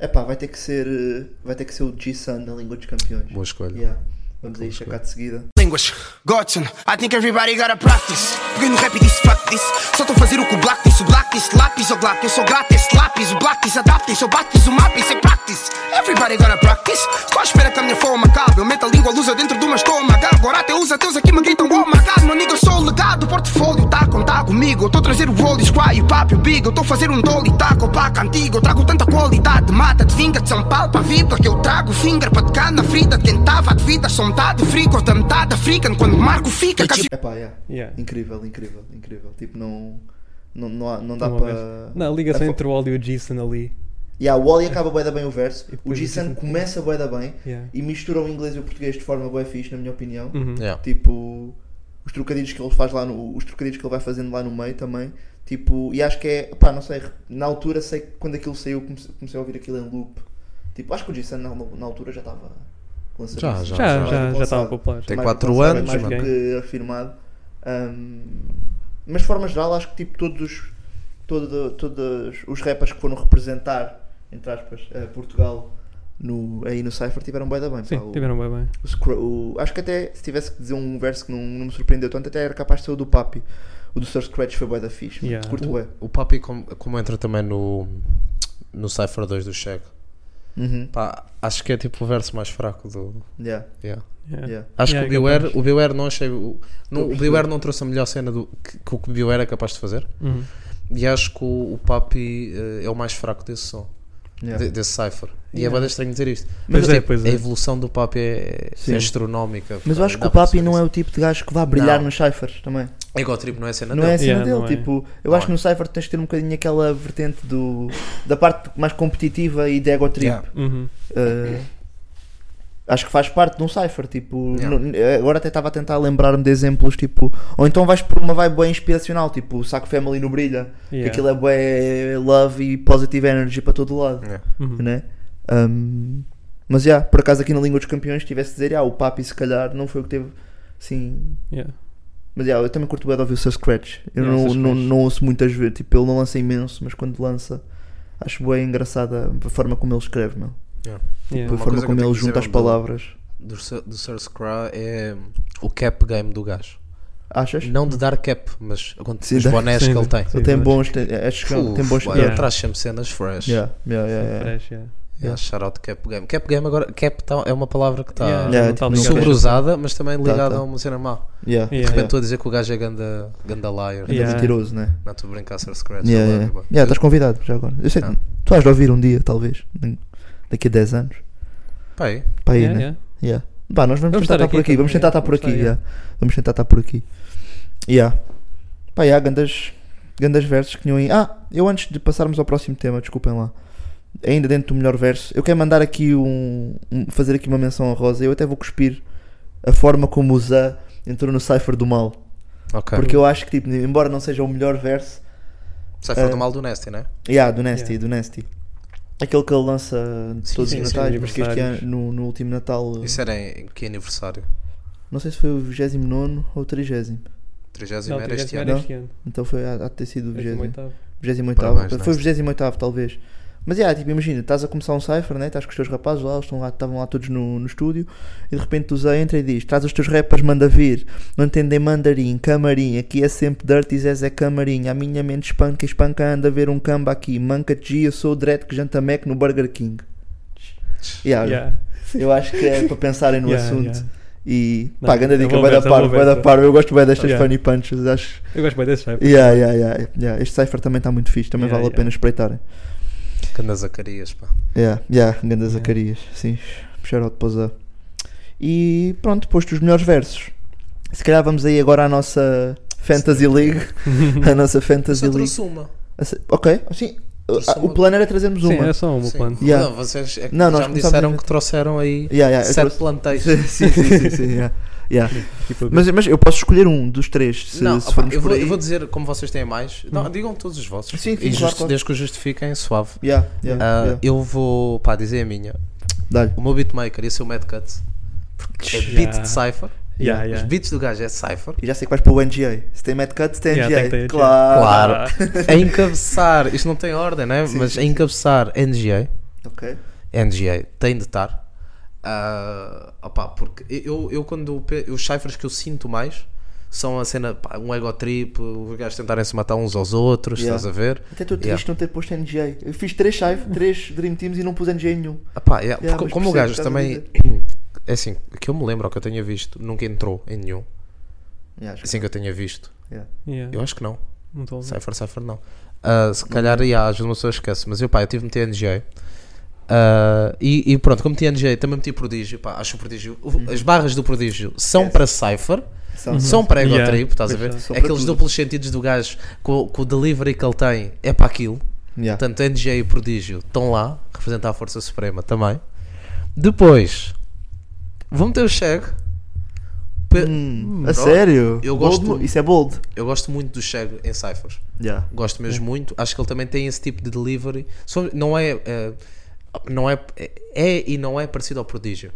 Epá, vai ter que ser. eh, Vai ter que ser o G-Sun na língua dos campeões. Boa escolha. Yeah. Vamos aí Boa chacar de seguida. Nem línguas, Godson. I think everybody gotta practice. Peguei no rap e disse fuck this. Só tô a fazer o que o Black disse. O Black disse lápis ou Black. Eu sou grátis, lápis. O Black disse adaptis. Eu batis o mapa isso é practice. Everybody gotta practice. Só espera que a minha fome acabe. Eu meto a língua lusa dentro de uma estômaga. Agora até usa teus aqui me gritam oh my god. Meu nigga, eu sou o legado. O portfólio tá a contar comigo. Eu tô a trazer o Rolly, Squire, o Papi, o Big. Eu tô a fazer um dolly, taco, paca antigo. Eu trago tanta qualidade. Mata de vinga de São Paulo pra vibra. Que eu trago finger pra de cá na frida. Tentava de vida, são metade frico. Da metade africana. Quando marco fica, que a Epá, yeah. Yeah. Incrível, incrível, incrível. Tipo, não. Não, não, há- não dá Uma para. vez. Não, a ligação a- entre o Oli e o Jason ali. Yeah, o Wally acaba bué da bem o verso, o depois o G-San Jason- começa bué da bem Yeah. e mistura o inglês e o português de forma bué fixe, na minha opinião. Uhum. Yeah. Tipo, os trocadilhos que ele faz lá no, os trocadilhos que ele vai fazendo lá no meio também. Tipo, e acho que é, pá, não sei, na altura sei que quando aquilo saiu comecei, comecei a ouvir aquilo em loop. Tipo, acho que o G-San na, na altura já estava lançado. Já, Já, já, já, já lançado. estava popular. Tem Mais quatro do que lançado, anos, mais mano. do que afirmado. Ahm, mas de forma geral, acho que tipo, todos, os- todo, todos os rappers que foram representar, entre aspas, eh, Portugal no, aí no Cypher tiveram bué da bem. pá. Sim, O- tiveram bem bem. o Scro- o- acho que até se tivesse que dizer um verso que não, não me surpreendeu tanto, até era capaz de ser o do Papi. O do Sir Scratch foi bué da fixe. mano. Yeah. Curto bué. O Papi, como, como entra também no, no Cypher 2 do Checo, Uhum. pá, acho que é tipo o verso mais fraco do. Yeah, yeah. Yeah. yeah. Acho Yeah, que o capaz. Beware, o Beware não achei. O, não, o Estou a Beware não trouxe a melhor cena do, que, que o que o Beware é capaz de fazer. Uhum. E acho que o, o Papi eh, é o mais fraco desse som, yeah. de- desse Cypher. E é Yeah. bem estranho dizer isto. Mas tipo, é, pois a é. evolução do Papi é, Sim. é astronómica. Mas eu acho que o dá para Papi perceber não é Ah, isso. o tipo de gajo que vai brilhar Não. nos Cyphers também. Egotrip não é a cena Não é dele. a cena Yeah, dele, não é. tipo, eu Não acho que no Cypher tens de ter um bocadinho aquela vertente do, da parte mais competitiva e de ego trip. Yeah. Uhum. Uh, acho que faz parte de um Cypher, tipo, Yeah. no- agora até estava a tentar lembrar-me de exemplos, tipo, ou então vais por uma vibe bem inspiracional, tipo, o Saco Family no Brilha, que Yeah. aquilo é bué love e positive energy para todo lado, Yeah. Uhum. né? Um, mas já, por acaso aqui na Língua dos Campeões tivesse de dizer, ah, o Papi se calhar não foi o que teve, sim, Yeah. mas yeah, eu também curto bem de ouvir o Sir Scratch. Eu Yeah, não, Sir não, Scratch. não ouço muitas vezes. Tipo, ele não lança imenso, mas quando lança, acho bem engraçada a forma como ele escreve, meu. Yeah. Tipo, a Uma forma coisa que como eu tenho ele que dizer junta é as do- palavras. Do, Sir- do Sir Scra é o cap game do gajo. Achas? Não de dar cap, mas quanto Sim, os dá- bonés sim, que ele dá- tem. Ele tem mas- bons. Tem, é, é chegão, Uf, tem bons. bué, Yeah. Ele traz sempre cenas fresh. Yeah, yeah, yeah, yeah, yeah. Fresh, yeah. Yeah, shout out Cap Game. Cap Game agora cap tá- é uma palavra que está Yeah, Yeah, não tipo, tá não ligado. quero- sobreusada, mas também ligada tá. a uma cena má. Yeah, De Yeah. repente estou a dizer que o gajo é ganda, ganda liar. Ele é Yeah. mentiroso, né? Não estou a brincar, Sir Scratch. tá I Yeah, love yeah. you, boy. yeah, estás convidado já agora. Eu sei que Não. tu vais de ouvir um dia, talvez. Daqui a 10 anos. Pai, Para aí, Yeah, né? yeah. Yeah. Bah, nós vamos, Vamos estar tentar estar por aqui aqui, vamos também, tentar yeah. estar por Vamos aqui, estar, yeah. vamos tentar estar por aqui. Yeah. Pá, yeah, grandes, grandes versos que tinham aí. Ah, eu antes de passarmos ao próximo tema, desculpem lá. Ainda dentro do melhor verso, eu quero mandar aqui um. um- fazer aqui uma menção a Rosa. Eu até vou cuspir a forma como o Zé entrou no Cypher do Mal. ok. Porque eu acho que, tipo, embora não seja o melhor verso, Sai fora eh, do mal do Nasty, né? Yeah, do Nasty, Yeah. do Nasty. Aquele que ele lança todos sim, os sim, natais, porque este aniversários. ano, no, no último Natal, Isso era em, em que aniversário? não sei se foi o 29 ou o 30. 30 Não, era este tiveste ano. ano. este ano. Então foi, há, há de ter sido o 28. 28º. 28. Parabéns, foi o Nesta. 28 talvez. Mas é, tipo, imagina, estás a começar um cipher, né? estás com os teus rapazes lá, eles estão lá- estavam lá, todos no, no estúdio, e de repente o Zé entra e diz: traz os teus rappers, manda vir, não entendem mandarim, camarim, aqui é sempre dirty, Zé é camarim, a minha mente espanca, espanca, anda a ver um camba aqui, manca de G, eu sou o dread que janta Mac no Burger King. Yeah, Yeah. Eu acho que é para pensarem no Yeah, assunto. yeah. E Não, pá, grande é dica, bom vai dar verso, é bom par, vai dar verso. par. Eu gosto bem destas Yeah. funny punches, acho. Eu gosto bem desse shape. Yeah, yeah, yeah, yeah. Este cipher também está muito fixe, também Yeah, vale yeah. a pena espreitarem. Ganda Zacarias, pá. Yeah, yeah, ganda Yeah. Zacarias, sim, puxar ao depois E pronto, posto os melhores versos. Se calhar vamos aí agora à nossa Fantasy League. a nossa Fantasy Só League. trouxe uma. A se- Ok, assim, Trouxe ah, o uma. plano era trazermos Sim, uma. é só o meu Sim. plano. Yeah. Não, vocês é que Não, nós já me começámos a disseram inventar. que trouxeram aí Yeah, yeah, eu sete trouxe- plantéis. sim, sim, sim, sim, yeah, yeah. tipo, Mas, mas eu posso escolher um dos três, se, não, se opá, formos eu, por vou, aí. Hum. eu vou dizer como vocês têm mais. Não, digam todos os vossos. E Sim, sim, claro, justi- claro. Desde que o justifiquem, suave. Yeah, yeah, Ah, yeah. Eu vou pá, dizer a minha. Dá-lhe. O meu beatmaker ia ser o Mad Cut. Porque é beat Yeah. de Cypher. Yeah, Os yeah. beats do gajo é Cypher. E já sei que vais para o NGA. Se tem Mad Cut, se tem Yeah, NGA. tem que ter NGA. Claro. Claro. A encabeçar, isto não tem ordem, né? Sim, Mas sim, a encabeçar NGA, Ok. NGA tem de estar. Ah, opá, porque eu, eu quando eu pe- os ciphers que eu sinto mais são a cena, pá, um ego trip, os gajos tentarem se matar uns aos outros, Yeah. estás a ver? Até estou triste Yeah. não ter posto NGA. Eu fiz 3 Shive, 3 Dream Teams e não pus NGA nenhum. Ah pá, yeah, Yeah, porque mas como o gajo percebo o que também. estás É assim, que eu me lembro, ou que eu tenha visto, nunca entrou em nenhum. Yeah, acho que- Assim que eu tenha visto. Uhum. Yeah, Eu acho que não. não estou a ver. Cypher, Cypher não. Ah, se calhar, yeah, às vezes uma pessoa esquece. Mas eu, pá, eu tive meter NGA. Ah, e, e pronto, como meti NGA, também meti prodígio. Pá, acho o prodígio. o- As barras do prodígio são Uhum. Yes. para Cypher, São- são para Ego Yeah. Trip, estás a ver? Pois é. São para Aqueles tudo. duplos sentidos do gajo com, com o delivery que ele tem é para aquilo. Yeah. Portanto, NGA e Prodígio estão lá, representar a Força Suprema também. Depois, vou meter o Chego. Pe- Hum, Bro, a sério? eu Bold gosto- mo- Isso é bold. Eu gosto muito do Chego em Cyphers. Yeah. Gosto mesmo muito. Acho que ele também tem esse tipo de delivery. Só- Não é. eh, não é, é e não é parecido ao Prodígio.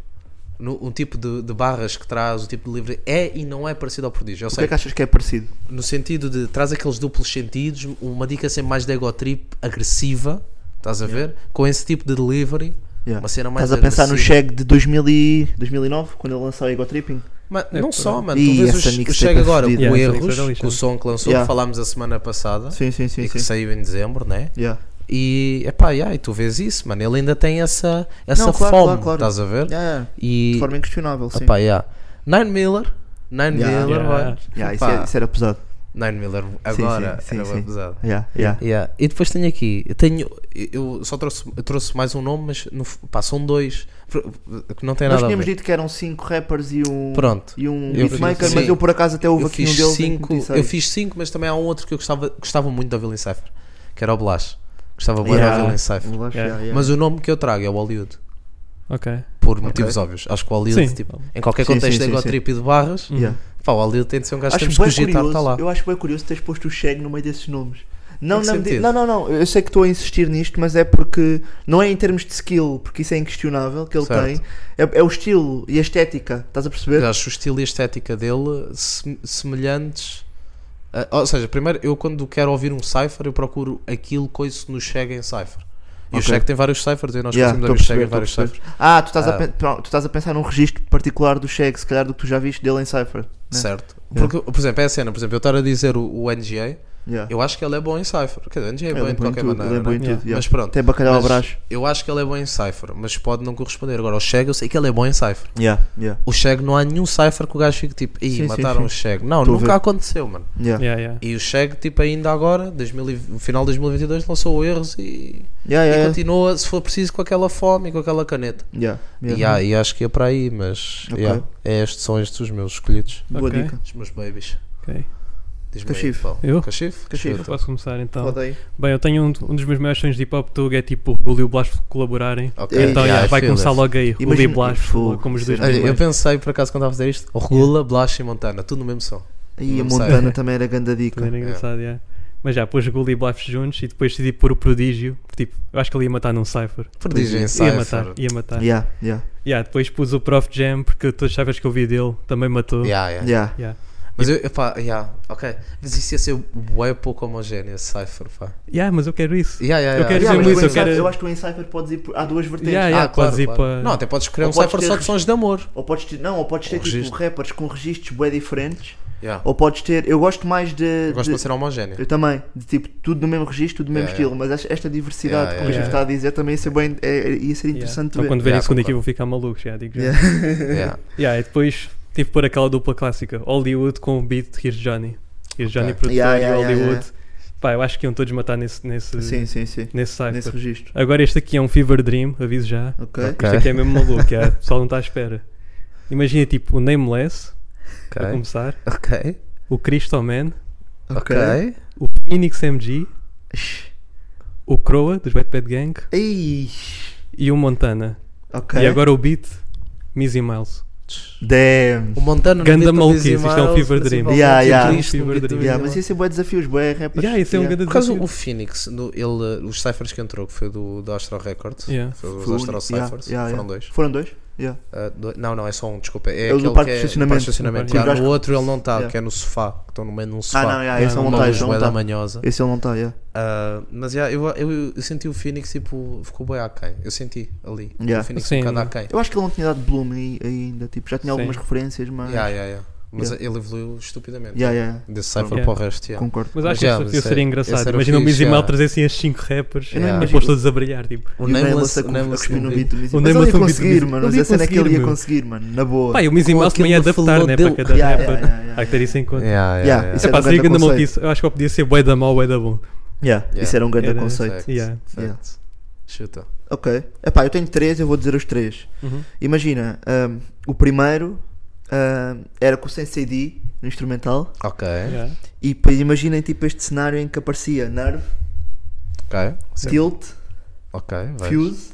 No, o tipo de, de barras que traz, o tipo de delivery é e não é parecido ao Prodígio. Eu O que sei, é que achas que é parecido? no sentido de traz aqueles duplos sentidos, uma dica sempre mais de ego trip agressiva, estás a ver? Com esse tipo de delivery, Yeah. uma cena mais Estás a pensar no agressiva. Shag de 2000 e- 2009, quando ele lançou o Ego Tripping? Mas É, não pá. só, mano, Ih, tu vês essa os- o mixtape Chega é agora, o fodida. Yeah, essa mixtape é Erros, lixada. com o som que lançou, Yeah. que falámos a semana passada Sim, sim, sim. e que sim. saiu em dezembro, né? Yeah. E epá, yeah, e tu vês isso, mano, ele ainda tem essa, essa Não, claro, fome, claro, claro. estás a ver? Yeah, yeah. E De forma inquestionável, sim. epá, yeah. Nine Miller, Nine Yeah. Miller, Yeah. vai. Yeah, isso, Epá, é- isso era pesado. Nine Miller agora sim, era sim, bué sim. pesado. Yeah, yeah. Yeah. E depois tenho aqui, eu tenho, eu só trouxe, eu trouxe mais um nome, mas no, f- pá, são dois pr- que não tem Nós nada a tínhamos ver. dito que eram 5 rappers e um, Pronto. e um Eu beatmaker, fiz- mas sim. eu por acaso até houve Eu aqui um fiz, deles. em que cinco, meti eu seis. fiz cinco, mas também há um outro que eu gostava, gostava muito da Villain Cipher, que era o Blas. Gostava muito Yeah. da Villain Cipher. Eu Yeah. acho, yeah, yeah. Mas o nome que eu trago é o Hollywood, Ok. por motivos óbvios. Acho que o Hollywood, Sim. tipo, em qualquer Sim, contexto sim, de sim, ego sim. trip e de barras, Yeah. Uhum. pá, o Hollywood tem de ser um gajo que Acho temos que bué cogitar, está curioso- lá. Eu acho bem curioso teres posto o Cheg no meio desses nomes. Não, que não, me di- sentido? não, não, não, eu sei que estou a insistir nisto, mas é porque não é em termos de skill, porque isso é inquestionável que ele Certo. tem, é, é o estilo e a estética, estás a perceber? Eu acho o estilo e a estética dele sem- semelhantes. a- ou seja, primeiro, eu quando quero ouvir um cipher, eu procuro aquilo que isso nos chega em cipher. E o Ok. Chega tem vários ciphers e nós conseguimos Yeah, estou a ouvir o Chega perceber, em vários estou a ciphers. perceber. Ah, tu estás, Ah. A, pen- pronto, tu estás a pensar num registro particular do Cheg, se calhar do que tu já viste dele em Cypher. né? Certo? Yeah. Porque, por exemplo, é a cena, por exemplo, eu estar a dizer o, o NGA, Yeah. eu acho que ele é bom em cipher. Quer dizer, o NGA é Ele bom é de bom em qualquer tudo, ele maneira. é bom em né? tudo. Yeah. yeah. Mas pronto, Até bacalhau Mas- abraço. eu acho que ele é bom em cipher, mas pode não corresponder. Agora, o Chega, eu sei que ele é bom em cipher. Yeah, yeah, O Chega, não há nenhum cipher que o gajo fique tipo, Sim, ih, sim, mataram sim. o Chega. Não, Estou a nunca ver. aconteceu, mano. yeah. Yeah, yeah. E o Cheg, tipo, ainda agora, 2000 e- no final de 2022, lançou o Erros e, Yeah, e yeah, yeah. continua, se for preciso, com aquela fome e com aquela caneta. Yeah, yeah. E, há- e acho que é para aí, mas Ok. yeah, é estes, são estes os meus escolhidos. Boa Ok. dica. Os meus babies. Ok. Diz-me Cachifo. aí, Paulo. Eu? Cachifo? Cachifo. Eu Chuta. posso começar então. Roda aí. Bem, eu tenho um, um dos meus maiores sonhos de hip hop tug é tipo o Gulli e o Blas colaborarem. Ok. Então Yeah, yeah, I vai feel começar it. logo aí. Gulli e Imagina- Blas Fogo. como os dois Olha, Olha, eu primeiros. pensei, por acaso, quando estava a fazer isto, Regula, Blas e Montana, tudo no mesmo som. Aí a Não sei. Montana também era ganda dica. Também era engraçado, yeah. Mas já, pôs Gulli e Blas juntos e depois decidi pôr o Prodígio. Tipo, eu acho que ele ia matar num Cypher. Prodígio em Ia matar, Cypher. ia matar. Yeah. Yeah, yeah, depois pus o Prof Jam porque todas as chaves que eu vi dele também matou. Yeah, yeah. yeah. Yeah. Mas Tipo eu, pá, yeah, ok. Mas isso ia ser bué pouco homogéneo, esse Cypher, pá. Yeah, mas eu quero isso. Yeah, yeah, Eu quero yeah. ah, dizer Yeah, mas muito, tu em eu quero- Cypher- eu acho que tu em Cypher podes ir por- há duas vertentes. Yeah, yeah, podes ir para- Não, até podes criar Ou um podes cipher ter só de regi- sons de amor. Ou podes ter, não, ou podes ter Ou tipo, registro. rappers com registros bem diferentes. Ou podes ter. Eu gosto mais de. Eu gosto de de- uma cena homogénea. eu também, de tipo, tudo no mesmo registro, tudo no mesmo Yeah, estilo, mas acho- esta diversidade Yeah, que o Cachifo yeah, está a dizer também ia ser, bem, é- é- ia ser Yeah. interessante Então ver. quando verem Yeah, a segunda concordo. equipa vou ficar maluco, já digo já. Yeah. Yeah. Yeah, e depois tive que pôr aquela dupla clássica, Hollywood com o beat Here's Johnny. Here's Johnny Ok. produtor Yeah, e yeah, yeah, Hollywood. Pá, eu acho que iam todos matar nesse, nesse, Sim, sim, sim. nesse Nesse cypher. registro. Agora este aqui é um Fever Dream, aviso já. Ok. Ok. Isto aqui é mesmo maluco, yeah, o pessoal não está à espera. Imagina tipo o Nameless, Tá para Ok. começar, Ok. o Crystal Man, Ok. Ok. o Phoenix MG, o Croa dos Wet Bad Gang Ei, e o Montana. ok. E agora o beat, Mizzy Miles. Damn. O Montana Ganda maluquice, isto é um fever dream. Yeah, yeah. Fever dream. Yeah, mas ia ser bué desafios, bué rappers. Yeah, isso é um grande Por acaso desafio. o Phoenix, no- ele, os ciphers que entrou, que foi do, do Astro Records, Yeah. foi os Foi o Astro único- yeah, Ciphers, yeah, foram yeah. dois. Foram dois? Yeah. Ah, do- não, não, é só um, desculpa. É, É o do aquele que parque de é- estacionamento. parque de estacionamento. Sim, já, gajo no que- outro ele não está, Yeah. que é no sofá, que estão no meio de um sofá. Ah, não, yeah, esse não Uma tá, luz esse não bué da tá. manhosa. Esse ele não está, yeah. Ah, mas já, eu, eu, eu senti o Phoenix tipo, ficou bem aquém. Eu senti ali. Yeah. O Phoenix Sim. um bocado aquém. Eu acho que ele não tinha dado Bloom aí- ainda, tipo, já tinha Sim. algumas referências, mas. Yeah, yeah, yeah. Mas ele evoluiu estupidamente. Yeah, yeah, Desse cipher Yeah. para o resto. yeah. Concordo. Mas acho Mas já, que mas isso, isso seria é- esse engraçado. era o Imagina o fixe, Mizzy já. Mel trazer assim as 5 rappers Eu não Yeah. e imagino- pôs todos a brilhar. Tipo. O E Nameless, a o cu- a Nameless cuspir no não- beat do Mizzy. O Mas ele Nameless ia não beat do conseguir, Mizzy. mano. Ele Mas ia a cena é que ele ia conseguir, meu. conseguir, mano. Na boa. Pá, e o Mizzy Com Mel também ia aquele adaptar, flow né? dele. Para cada Yeah, yeah, rapper. yeah, yeah, Há que ter isso em conta. Yeah, yeah, Yeah, yeah. isso É era pá, um seria grande grande conceito. maluquice. Eu acho que podia ser bué da mau, bué da bom. Yeah, Yeah. Isso era um grande Era- conceito. Yeah. Yeah. Facts. Chuta. Ok. Epá, eu tenho três, eu vou dizer os três. Uhum. Imagina, ahm, o primeiro ahm, era com o Sensei D no instrumental. Ok. Yeah. E depois imaginem tipo este cenário em que aparecia Nerve, Ok. Sim. Tilt, Ok. Vejo. Fuse,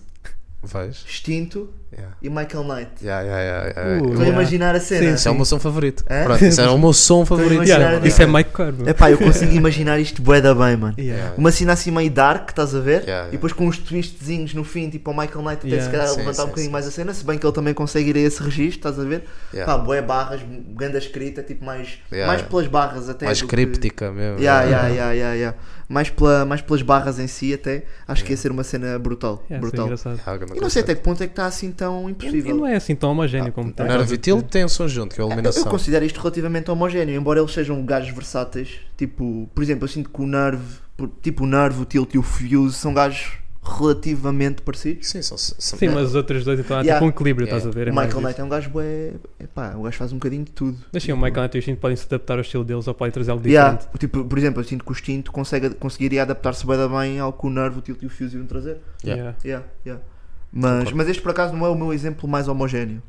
Vejo. Extinto Yeah. e Michael Knight. Yeah, yeah, yeah, yeah. Uh, Estou a Yeah. imaginar a cena. Esse é o meu som favorito. É? Pronto, esse era o meu som favorito. Estou a imaginar Yeah, Yeah. Isso é Mike Carmen. Epá, eu consigo imaginar isto bué da bem, mano. Yeah. Uma cena assim meio dark, estás a ver? Yeah, yeah. E depois com uns twistzinhos no fim, tipo o Michael Knight até Yeah. se calhar Sim, levantar sim, um bocadinho sim. mais a cena, se bem que ele também consegue ir a esse registro, estás a ver? Yeah. Pá, bué barras, grande escrita, tipo mais, Yeah, mais yeah. pelas barras até. Mais do que- críptica mesmo. Yeah, yeah, yeah, yeah, yeah. Mais, pela, mais pelas barras em si até, acho que ia ser uma cena brutal. Yeah, isso é brutal. engraçado. Yeah, grande E não sei até conceito. que ponto é que está assim tão E impossível. não é assim tão homogéneo como O Nerve estás a Vitil dizer. tem um som junto, que é a Eu- Eu iluminação. considero isto relativamente homogéneo, embora eles sejam gajos versáteis. Tipo, por exemplo, eu sinto que o Nerve, por- tipo o Nerve, o Tilt e o Fuse são gajos relativamente parecidos. Sim, são. são- tá. Sim, mas os outros dois então há Yeah. tipo um equilíbrio, Yeah. estás a ver? O É mais Michael isso. Knight é um gajo bué... Epá, o gajo faz um bocadinho de tudo. Mas sim, o Michael Knight e o Shin podem se adaptar ao estilo deles ou podem trazer algo Yeah, diferente. tipo, por exemplo, eu sinto que o Extinto consegue, conseguiria adaptar-se bué da bem ao que o Nerve, o Tilt e o Fuse iam trazer. Yeah. Yeah. Yeah, yeah. Mas, Concordo. mas este por acaso não é o meu exemplo mais homogéneo.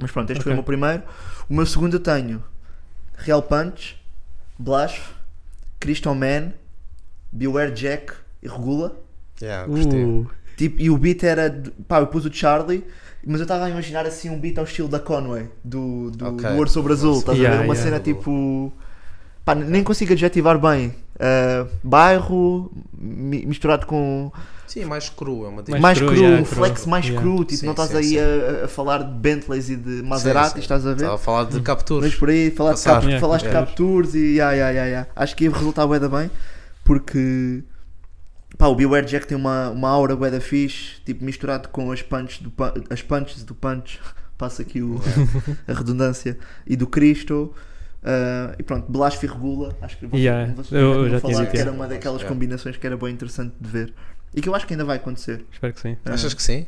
Mas pronto, este foi o Ok. meu primeiro. O meu segundo eu tenho Real Punch, Blasf, Crystal Man, Beware Jack e Regula. Yeah, gostei. Uh, Tipo, e o beat era. de- Pá, eu pus o Charlie, mas eu estava a imaginar assim um beat ao estilo da Conway, do, do, Ok. do Ouro sobre Azul. Estás a Yeah, ver? Uma yeah. cena tipo. Pá, nem consigo adjetivar bem. Ah, bairro mi- misturado com Sim, mais cru, é uma Mais mais cru, cru, yeah, cru. flex mais Yeah. cru, tipo, Sim, não estás sim, aí sim. A, a falar de Bentleys e de Sim, Maseratis, sim. estás a ver? Estava a falar de capturas. Mas por aí, falar de Passar. cap, Yeah, falaste yeah. de captures e ya, ya, ya, ya. acho que ia resultar bué da bem, porque pá, o Beware Jack tem uma, uma aura bué da fixe, tipo, misturado com as punches do, pun- as punches do punch, passa aqui o, a redundância, e do Cristo. ah, e pronto, Blasfi regula, acho que vocês- Yeah, vocês eu- eu vão já tinha falar dito, que yeah. era uma daquelas Yeah. combinações que era bem interessante de ver e que eu acho que ainda vai acontecer. espero que sim. Achas que sim?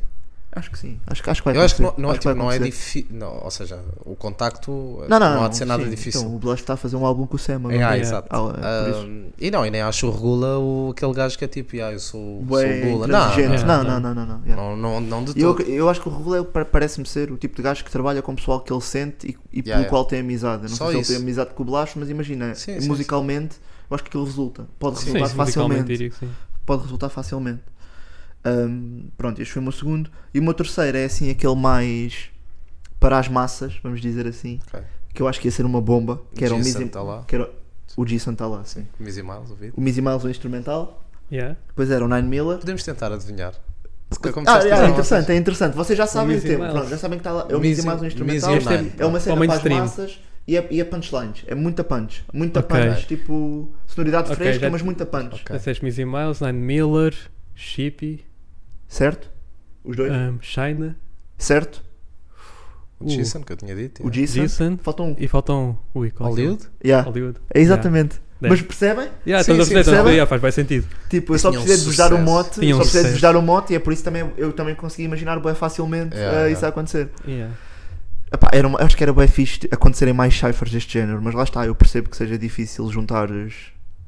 Acho que sim. Acho, que- acho que vai Eu acho que não, acontecer. não, é, que tipo, vai não é acontecer. difícil. Não, ou seja, o contacto eh, Não, não, há de ser nada sim. difícil. Então, o Blush está a fazer um álbum com o Sam. É, ah, agora. é. exato. Ah, é, por isso. Ahm, e não, e nem acho o Regula o, aquele gajo que é tipo, ah, eu sou, sou Bué o Gula. É, Não, intransigente. não, Não, não, não, não. não, yeah. não, não, não de Eu, todo. eu acho que o Reguleu parece-me ser o tipo de gajo que trabalha com o pessoal que ele sente e, e pelo Yeah, yeah. qual tem amizade. Eu Não Só sei isso. se ele tem amizade com o Blacho, mas imagina, Sim, sim, musicalmente, eu acho que aquilo resulta. Pode Sim, resultar sim, musicalmente facilmente. diria que sim. Pode resultar facilmente. Ahm, pronto, este foi o meu segundo. E o meu terceiro é assim aquele mais para as massas, vamos dizer assim. Ok. Que eu acho que ia ser uma bomba. Que era o Jason Mizzy- tá lá. que era O Jason está lá, sim. Mizzy Miles, ouvido. O Mizzy Miles o instrumental, Yeah. depois era o Nine Miller. Podemos tentar adivinhar. Como Ah, disseste, é, é não, interessante, é interessante. Vocês já sabem o, Mizzy tema, Miles. pronto, já sabem que está lá. É Mizzy- o Mizzy Miles o instrumental, Mizzy Nine. é uma Ao cena para as mainstream. massas e é, e é punchlines. É muita punch, muita Ok. punch, tipo sonoridade Ok, fresca, já- mas muita punch, Ok. Disseste Mizzy Miles, Nine Miller, Shippy, certo? Os dois, um, China, certo? O Jason, que eu tinha dito. O é. Jason, Jason faltam um. e faltam o Icon. Hollywood? Yeah. é? Hollywood. É exatamente. Yeah. Né? Mas percebem? Yeah, Sim, estás a sim, perceber, estás a percebe? perceber, yeah, faz bem sentido. Tipo, eu só Tinha um precisei de vos dar o sucesso. mote, Tinha um só precisei de vos sucesso. dar o mote e é por isso também eu também consegui imaginar bem facilmente Yeah, eh, yeah. isso a acontecer. Yeah. Epá, era uma- acho que era bem fixe t- acontecerem mais ciphers deste género, mas lá está, eu percebo que seja difícil juntar os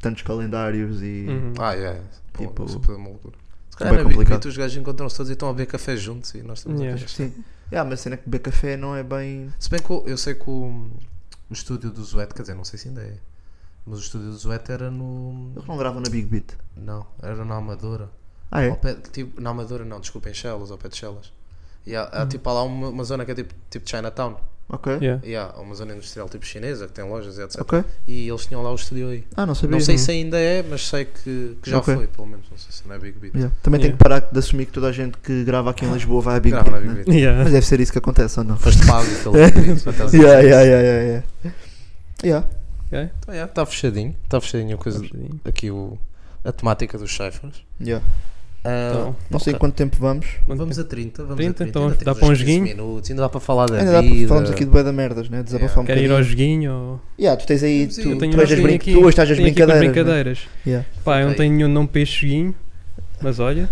tantos calendários e. Uhum. Ah, é. Pô, Tipo, isso pode ser uma loucura. Se é calhar na Big complicado. Beat os gajos encontram-se todos e estão a beber café juntos e nós estamos a Yeah. beber Sim. Yeah, mas a cena que beber café não é bem. Se bem que eu, eu sei que o, o estúdio do Zuete, quer dizer, não sei se ainda é, mas o estúdio do Zuete era no. Eles não gravam na Big Beat. Não, era na Amadora. Ah, é? Ao pé- tipo, Hum. na Amadora não, desculpa, em Chelas, ao pé de Chelas. E há, há, tipo, há lá uma, uma zona que é tipo, tipo Chinatown. Ok. Oh. Yeah. Yeah, há uma zona industrial tipo chinesa que tem lojas e etc. Ok. E eles tinham lá o estúdio aí. Ah, não sabia. Não sei se ainda é, mas sei que, que já Ok. foi, pelo menos. Não sei se não é Big Beat. Yeah. Também tenho Yeah. que parar de assumir que toda a gente que grava aqui em Lisboa vai a Big Grava na Beat, Big né? Beat. Yeah. Mas deve ser isso que acontece ou não? Foste pago pelo Big Beat. até assim. Yeah, yeah, yeah, yeah, yeah. Yeah. Então, yeah, está fechadinho. Está fechadinho a Tá é, coisa. Então, Aqui o, a temática dos ciphers. yeah. Ah, Não sei Ok. quanto tempo vamos. Então, quanto Vamos tempo? a 30, vamos 30, a 30. então ainda dá temos para um uns 15 joguinho. minutos, ainda dá para falar da Ainda dá para vida. falarmos aqui de bué da merdas, né? Desabafar um Querem ir ao bocadinho. joguinho? Ou... Yeah, tu tens aí, tu, Sim, tu, eu tenho um és as joguinho brin- aqui- tu hoje estás às tenho aqui com brincadeiras. né? brincadeiras. Yeah. Pá, eu não Ok. tenho nenhum nome para este joguinho, mas olha.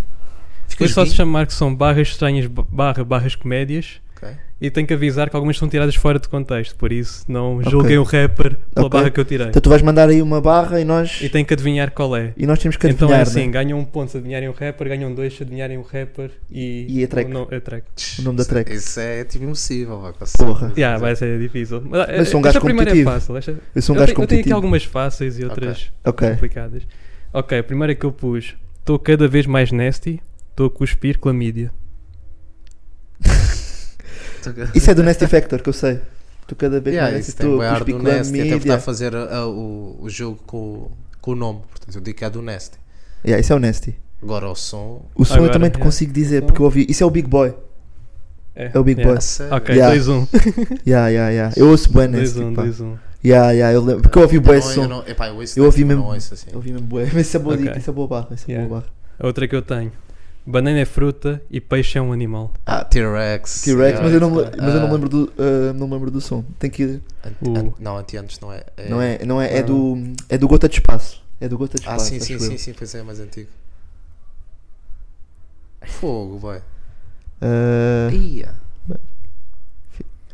Ficou Depois só se joguinho? chamar que são barras estranhas ba- barra barras comédias Ok. e tenho que avisar que algumas são tiradas fora de contexto, por isso não julguem o rapper pela Ok. barra que eu tirei. Então tu vais mandar aí uma barra e nós, E tem que adivinhar qual é. e nós temos que Então adivinhar, é assim, né? ganham um ponto se adivinharem o rapper, ganham dois se adivinharem o rapper e... E a track. Não, a track. o nome da Isso- track. Isso é tipo impossível. Vai, é Porra. Yeah, vai ser difícil. Mas, Mas sou um esta gajo primeira é competitivo. fácil. Esta... Eu sou um eu, tenho, eu tenho gajo aqui competitivo. algumas fáceis e outras Ok. complicadas. Ok, a primeira que eu pus. Estou cada vez mais nasty, estou a cuspir clamídia. Isso é do Nasty Factor, que eu sei. Tu cada vez Yeah, mais isso tem tu o ar do Nest, até mídia. está a fazer ah, o, o jogo com, o- com o nome, portanto eu digo que é do Nest. Yeah, isso é o Nasty. Agora o som. O som eu Agora, também te yeah. consigo dizer, Som. porque eu ouvi. Isso é o Big Boy. É o Big yeah. Boy. Ok, Yeah. 2-1. Yeah, yeah, yeah. Eu ouço bué Nasty. 2-1, pá. 2-1. Yeah, yeah, eu lembro. Porque eu ouvi bué esse som. não, epá, eu, ouço Eu ouvi Nest, mesmo- Não ouço assim. Eu ouvi mesmo bué. Mas isso é boa Ok. dica, isso é boa barra. Isso é Yeah. boa barra. A outra que eu tenho. Banana é fruta e peixe é um animal. Ah, T-Rex. T-Rex, yeah, mas eu não me ah, mas eu não me lembro do, ah, não me lembro do som. Tem que ir. anti- O- an- não, anti-antes não é. Não é, não é, é Ah. do é do Gota de Espaço. É do Gota de Ah, Espaço. sim, sim, acho sim, eu. sim, pois é, é mais antigo. Fogo, vai. Ah, Ia.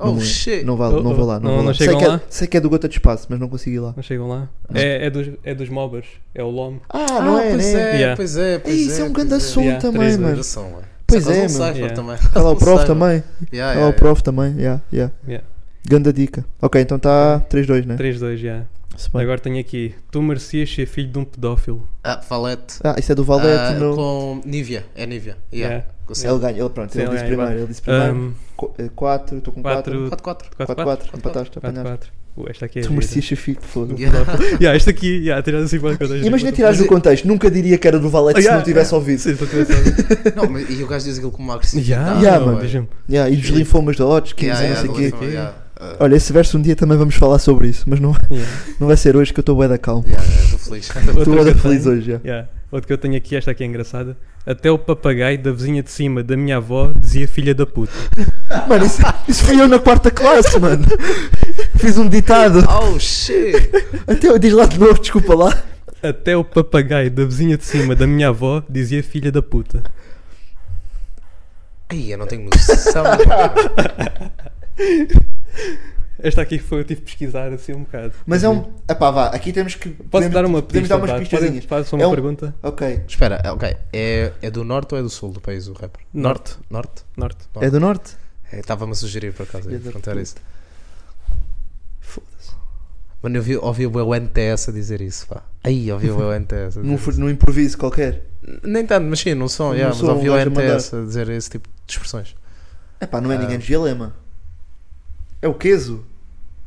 Não Oh me- shit. não vale, não vou lá, não, Não- vou não lá. Sei chegam que, lá? É, sei que é do Gota de Espaço, mas não consegui ir lá. Não chegam lá? É, é dos, é dos mobbers. É o lome. Ah, não é, pois né? é, Yeah. pois é, pois Ei, isso é pois um grande assunto Yeah, também, três mano. anos. Geração, ué. Pois Por acaso é, um mano. cipher Yeah. também. Está lá o Um prof cipher. também. Yeah, Está yeah, lá o yeah. prof também. Yeah, yeah. Yeah. Ganda dica. Ok, então está 3-2, né? 3-2 já. Se bem. Agora tenho aqui. Tu merecias ser filho de um pedófilo. Ah, Valete. Ah, isso é do Valete, Ah, não. Com Nivea, é Nivea. Yeah. Yeah. Com Ele ganha, ele pronto, Sim, ele ele disse ganha, primeiro, ele disse primeiro. Um, 4, estou com 4. 4 4-4. 4-4. 4-4, empataste, 4-4. apanhaste. Uh, esta aqui é. Tu gira. merecias ser fico, foda Yeah. Yeah, esta aqui, yeah, tirando assim quatro coisas. Imagina tirares o contexto, nunca diria que era do Valete se Oh, Yeah, não tivesse ouvido. Sim, se é eu tivesse ouvido. Não, mas- e o gajo diz aquilo com uma agressividade. Yeah, Yeah, não, é. mano. diz-me. Yeah, e dos linfomas da Hodgkin, Yeah, yeah, não do sei o quê. Linfomas, yeah. Ah, Olha, esse verso um dia também vamos falar sobre isso, mas não, é- Yeah. não vai ser hoje que eu estou bué da calma. yeah, yeah, Estou feliz. Estou bué Outra da que eu feliz tenho. hoje, já. Yeah. Outro que eu tenho aqui, esta aqui é engraçada. Até o papagaio da vizinha de cima da minha avó dizia filha da puta. Mano, isso, isso foi eu na quarta classe, mano. Fiz um ditado. Oh shit! Até eu diz lá de novo, desculpa lá. Até o papagaio da vizinha de cima da minha avó dizia filha da puta. Ai, eu não tenho noção. mano. Esta aqui foi, eu tive que pesquisar assim um bocado. Mas é um. Epá, vá, aqui temos que. Posso dar uma Podemos pista? dar umas vá? pistadinhas. Podem- Faz só uma É um- pergunta. Ok. Espera, ok. É, é do norte ou é do sul do país o rapper? Norte. Norte? Norte. É do norte? É, Estava-me a sugerir por acaso. Filha ia da Perguntar puta. isso. Foda-se. Mano, eu vi, ouvi o NTS a dizer isso, pá. Aí, ouvi o NTS. a dizer Num, isso. fu- num improviso qualquer. Nem tanto, mas sim, não são, Não yeah, mas sou um ouvi o gajo a mandar. NTS a dizer esse tipo de expressões. Epá, não é Ah. ninguém de dilema. É o queso.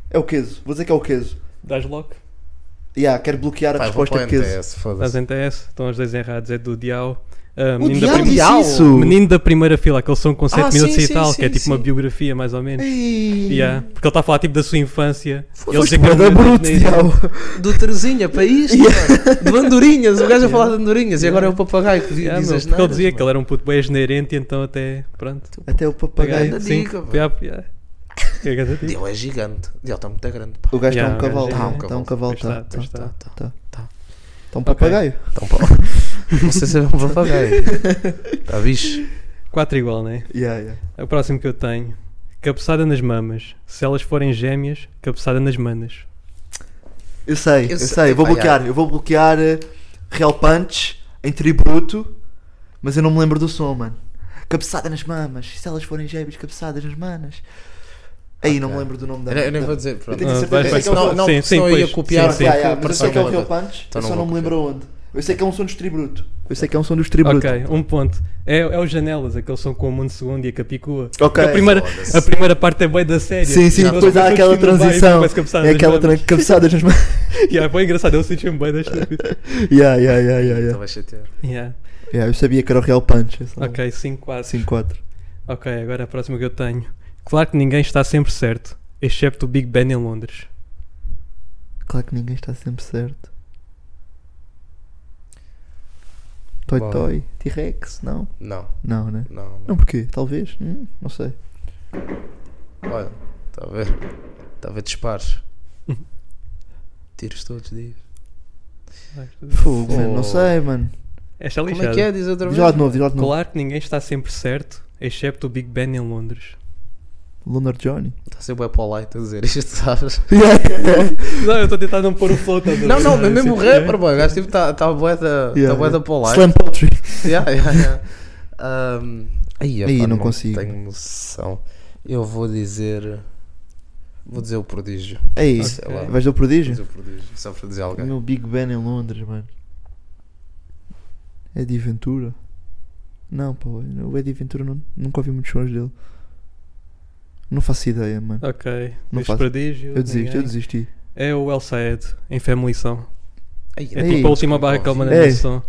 É o queso. Vou dizer que é o queso. Dás lock. Yeah, quero bloquear a Pá, vou resposta é para o queso. NTS, Dás foda-se. NTS. Estão os dois errados. É do Dial. Ah, O menino, da diabo prim- disse Diabo. isso! menino da primeira fila, aquele som com 7 Ah, minutos sim, e sim, tal, sim, que é tipo uma sim. biografia mais ou menos. Ei. Yeah, Porque ele está a falar tipo da sua infância. Ele Foste dizia que era bué da um grande bruto, Disney. diabo. Do Terezinha para isto, mano. De Andorinhas, o gajo a falar de Andorinhas e agora é o papagaio que diz Yeah, as meu, neiras. porque ele dizia que ele era um puto bem generente, então até. Pronto. Até o papagaio. Papagaio. Sim, dica, mano. yeah, yeah. Que é grande dica. Ele é gigante. Ele está muito grande, pá. O gajo está Yeah, um o gajo cavalo. é- Tá Está um cavalo. Pois Está está, pois tá, está. tá. um papagaio. Então, pá. Não sei se é um papagaio. Está Tá, bicho. 4 igual, né? Yeah, yeah. O próximo que eu tenho. Cabeçada nas mamas. Se elas forem gêmeas, cabeçada nas manas. Eu sei, eu, sei- sei, eu vou epá, bloquear, yeah. eu vou bloquear eh, Real Punch em tributo, mas eu não me lembro do som, mano. Cabeçada nas mamas, se elas forem gêmeas, cabeçadas nas manas. Aí não me lembro do nome da Eu, eu nem da- vou dizer. Pronto. tenho que Ah, certeza vai, que vai, é não, o- não, sim, porque senão sim, eu ia pois, copiar. sim, sim. Yeah, yeah, mas eu sei Parece que é o uma Real merda. Punch, Então eu não só vou não me lembro onde. Eu sei que é um som dos tributo. Eu sei que é um som dos tributo. Ok, um ponto. É, é os Janelas, aquele som com o Mundo Segundo e a Capicua. Ok. Que A primeira, Foda-se. a primeira parte é bem da série. Sim, sim, Nós depois há vamos aquela aqui no meio e transição. começa a cabeçada É nas aquela mamas. tran- cabeçada nas mãos. Yeah, bem engraçado, eu senti-me bem das Yeah, yeah, yeah, yeah, yeah. Estava a chatear. Tá yeah. Yeah, Eu sabia que era o Real Punch. esse álbum. Ok, 5, 4. 5-4. Ok, agora a próxima que eu tenho. Claro que ninguém está sempre certo, excepto o Big Ben em Londres. Claro que ninguém está sempre certo. Toy Bom. Toy, T-Rex, não? Não, Não, né? não, Não, não. porquê? Talvez? Hum, não sei. Olha, está a ver. Está a ver disparos. Tiros todos os dias. Fogo, mano, não Oh. sei, mano. Esta é Como lixada. é que é? Diz outra Diz lá vez. de novo, diz lá de novo. Claro que ninguém está sempre certo, excepto o Big Ben em Londres. Lunar Johnny. Está a ser Tá bué para o light a dizer isto, sabes? Não, eu estou a tentar não pôr o flow tá estás a Não, ver? não, mas mesmo o Assim, rapper, boy. O gajo tipo está tá bué da Yeah, tá bué da para o light. Slam Poetry. yeah, yeah, yeah. Um, aí, Aí, epá, não consigo. Tenho noção. Eu vou dizer. Vou dizer o prodígio. É isso. Sei lá. Vou Vais dar o prodígio? dizer o prodígio. Só para dizer alguém. Meu Big Ben em Londres, mano. Eddie Ventura? Não, pô, o Eddie Ventura não- nunca ouvi muitos sons dele. Não faço ideia, mano. Ok, Não Diz faço. prodígio. Eu desisto, eu Ah, ninguém. desisti. É o El Saed, em Family Song. Ai, É Ei, tipo a última nunca barra que ele ouvi. manda Ei. nesse som.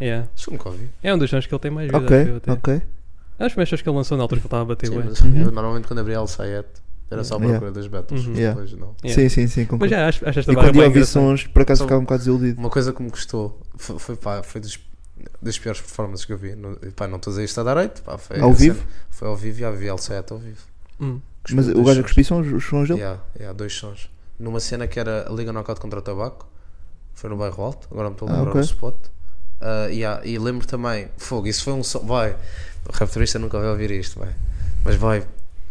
Yeah. né? Acho que nunca ouvi. É um dos sons que ele tem mais vida. acho eu até. Ok, Ah. ok. É um dos primeiros sons que ele lançou na altura que ele estava a bater Sim, bué. mas Uhum. eu normalmente quando abri El Sayed era só a Yeah. procura das betas. Uhum. Yeah. Depois, não. Yeah. Sim, sim, sim, concordo. Mas já acho, acho esta e barra quando bem eu ouvi engraçada. sons, por acaso Só- ficava um bocado desiludido. Uma coisa que me gostou foi, foi, pá, foi dos, das piores performances que eu vi. No, pá, não estou a dizer isto a dar oito. Pá, foi Ao a vivo? cena- Foi ao vivo e já vi El Sayed ao vivo. Hum. Gostei Mas dos o gajo a sons. cuspir são os- os sons dele? Yeah, yeah, dois sons. Numa cena que era a Liga Knockout contra o Tabaco, foi no bairro Alto, agora me estou a Ah, lembrar ok. do spot. Ah, yeah, e lembro também, fogo, isso foi um som. Vai, o Rapturista nunca vai ouvir isto, vai. Mas vai,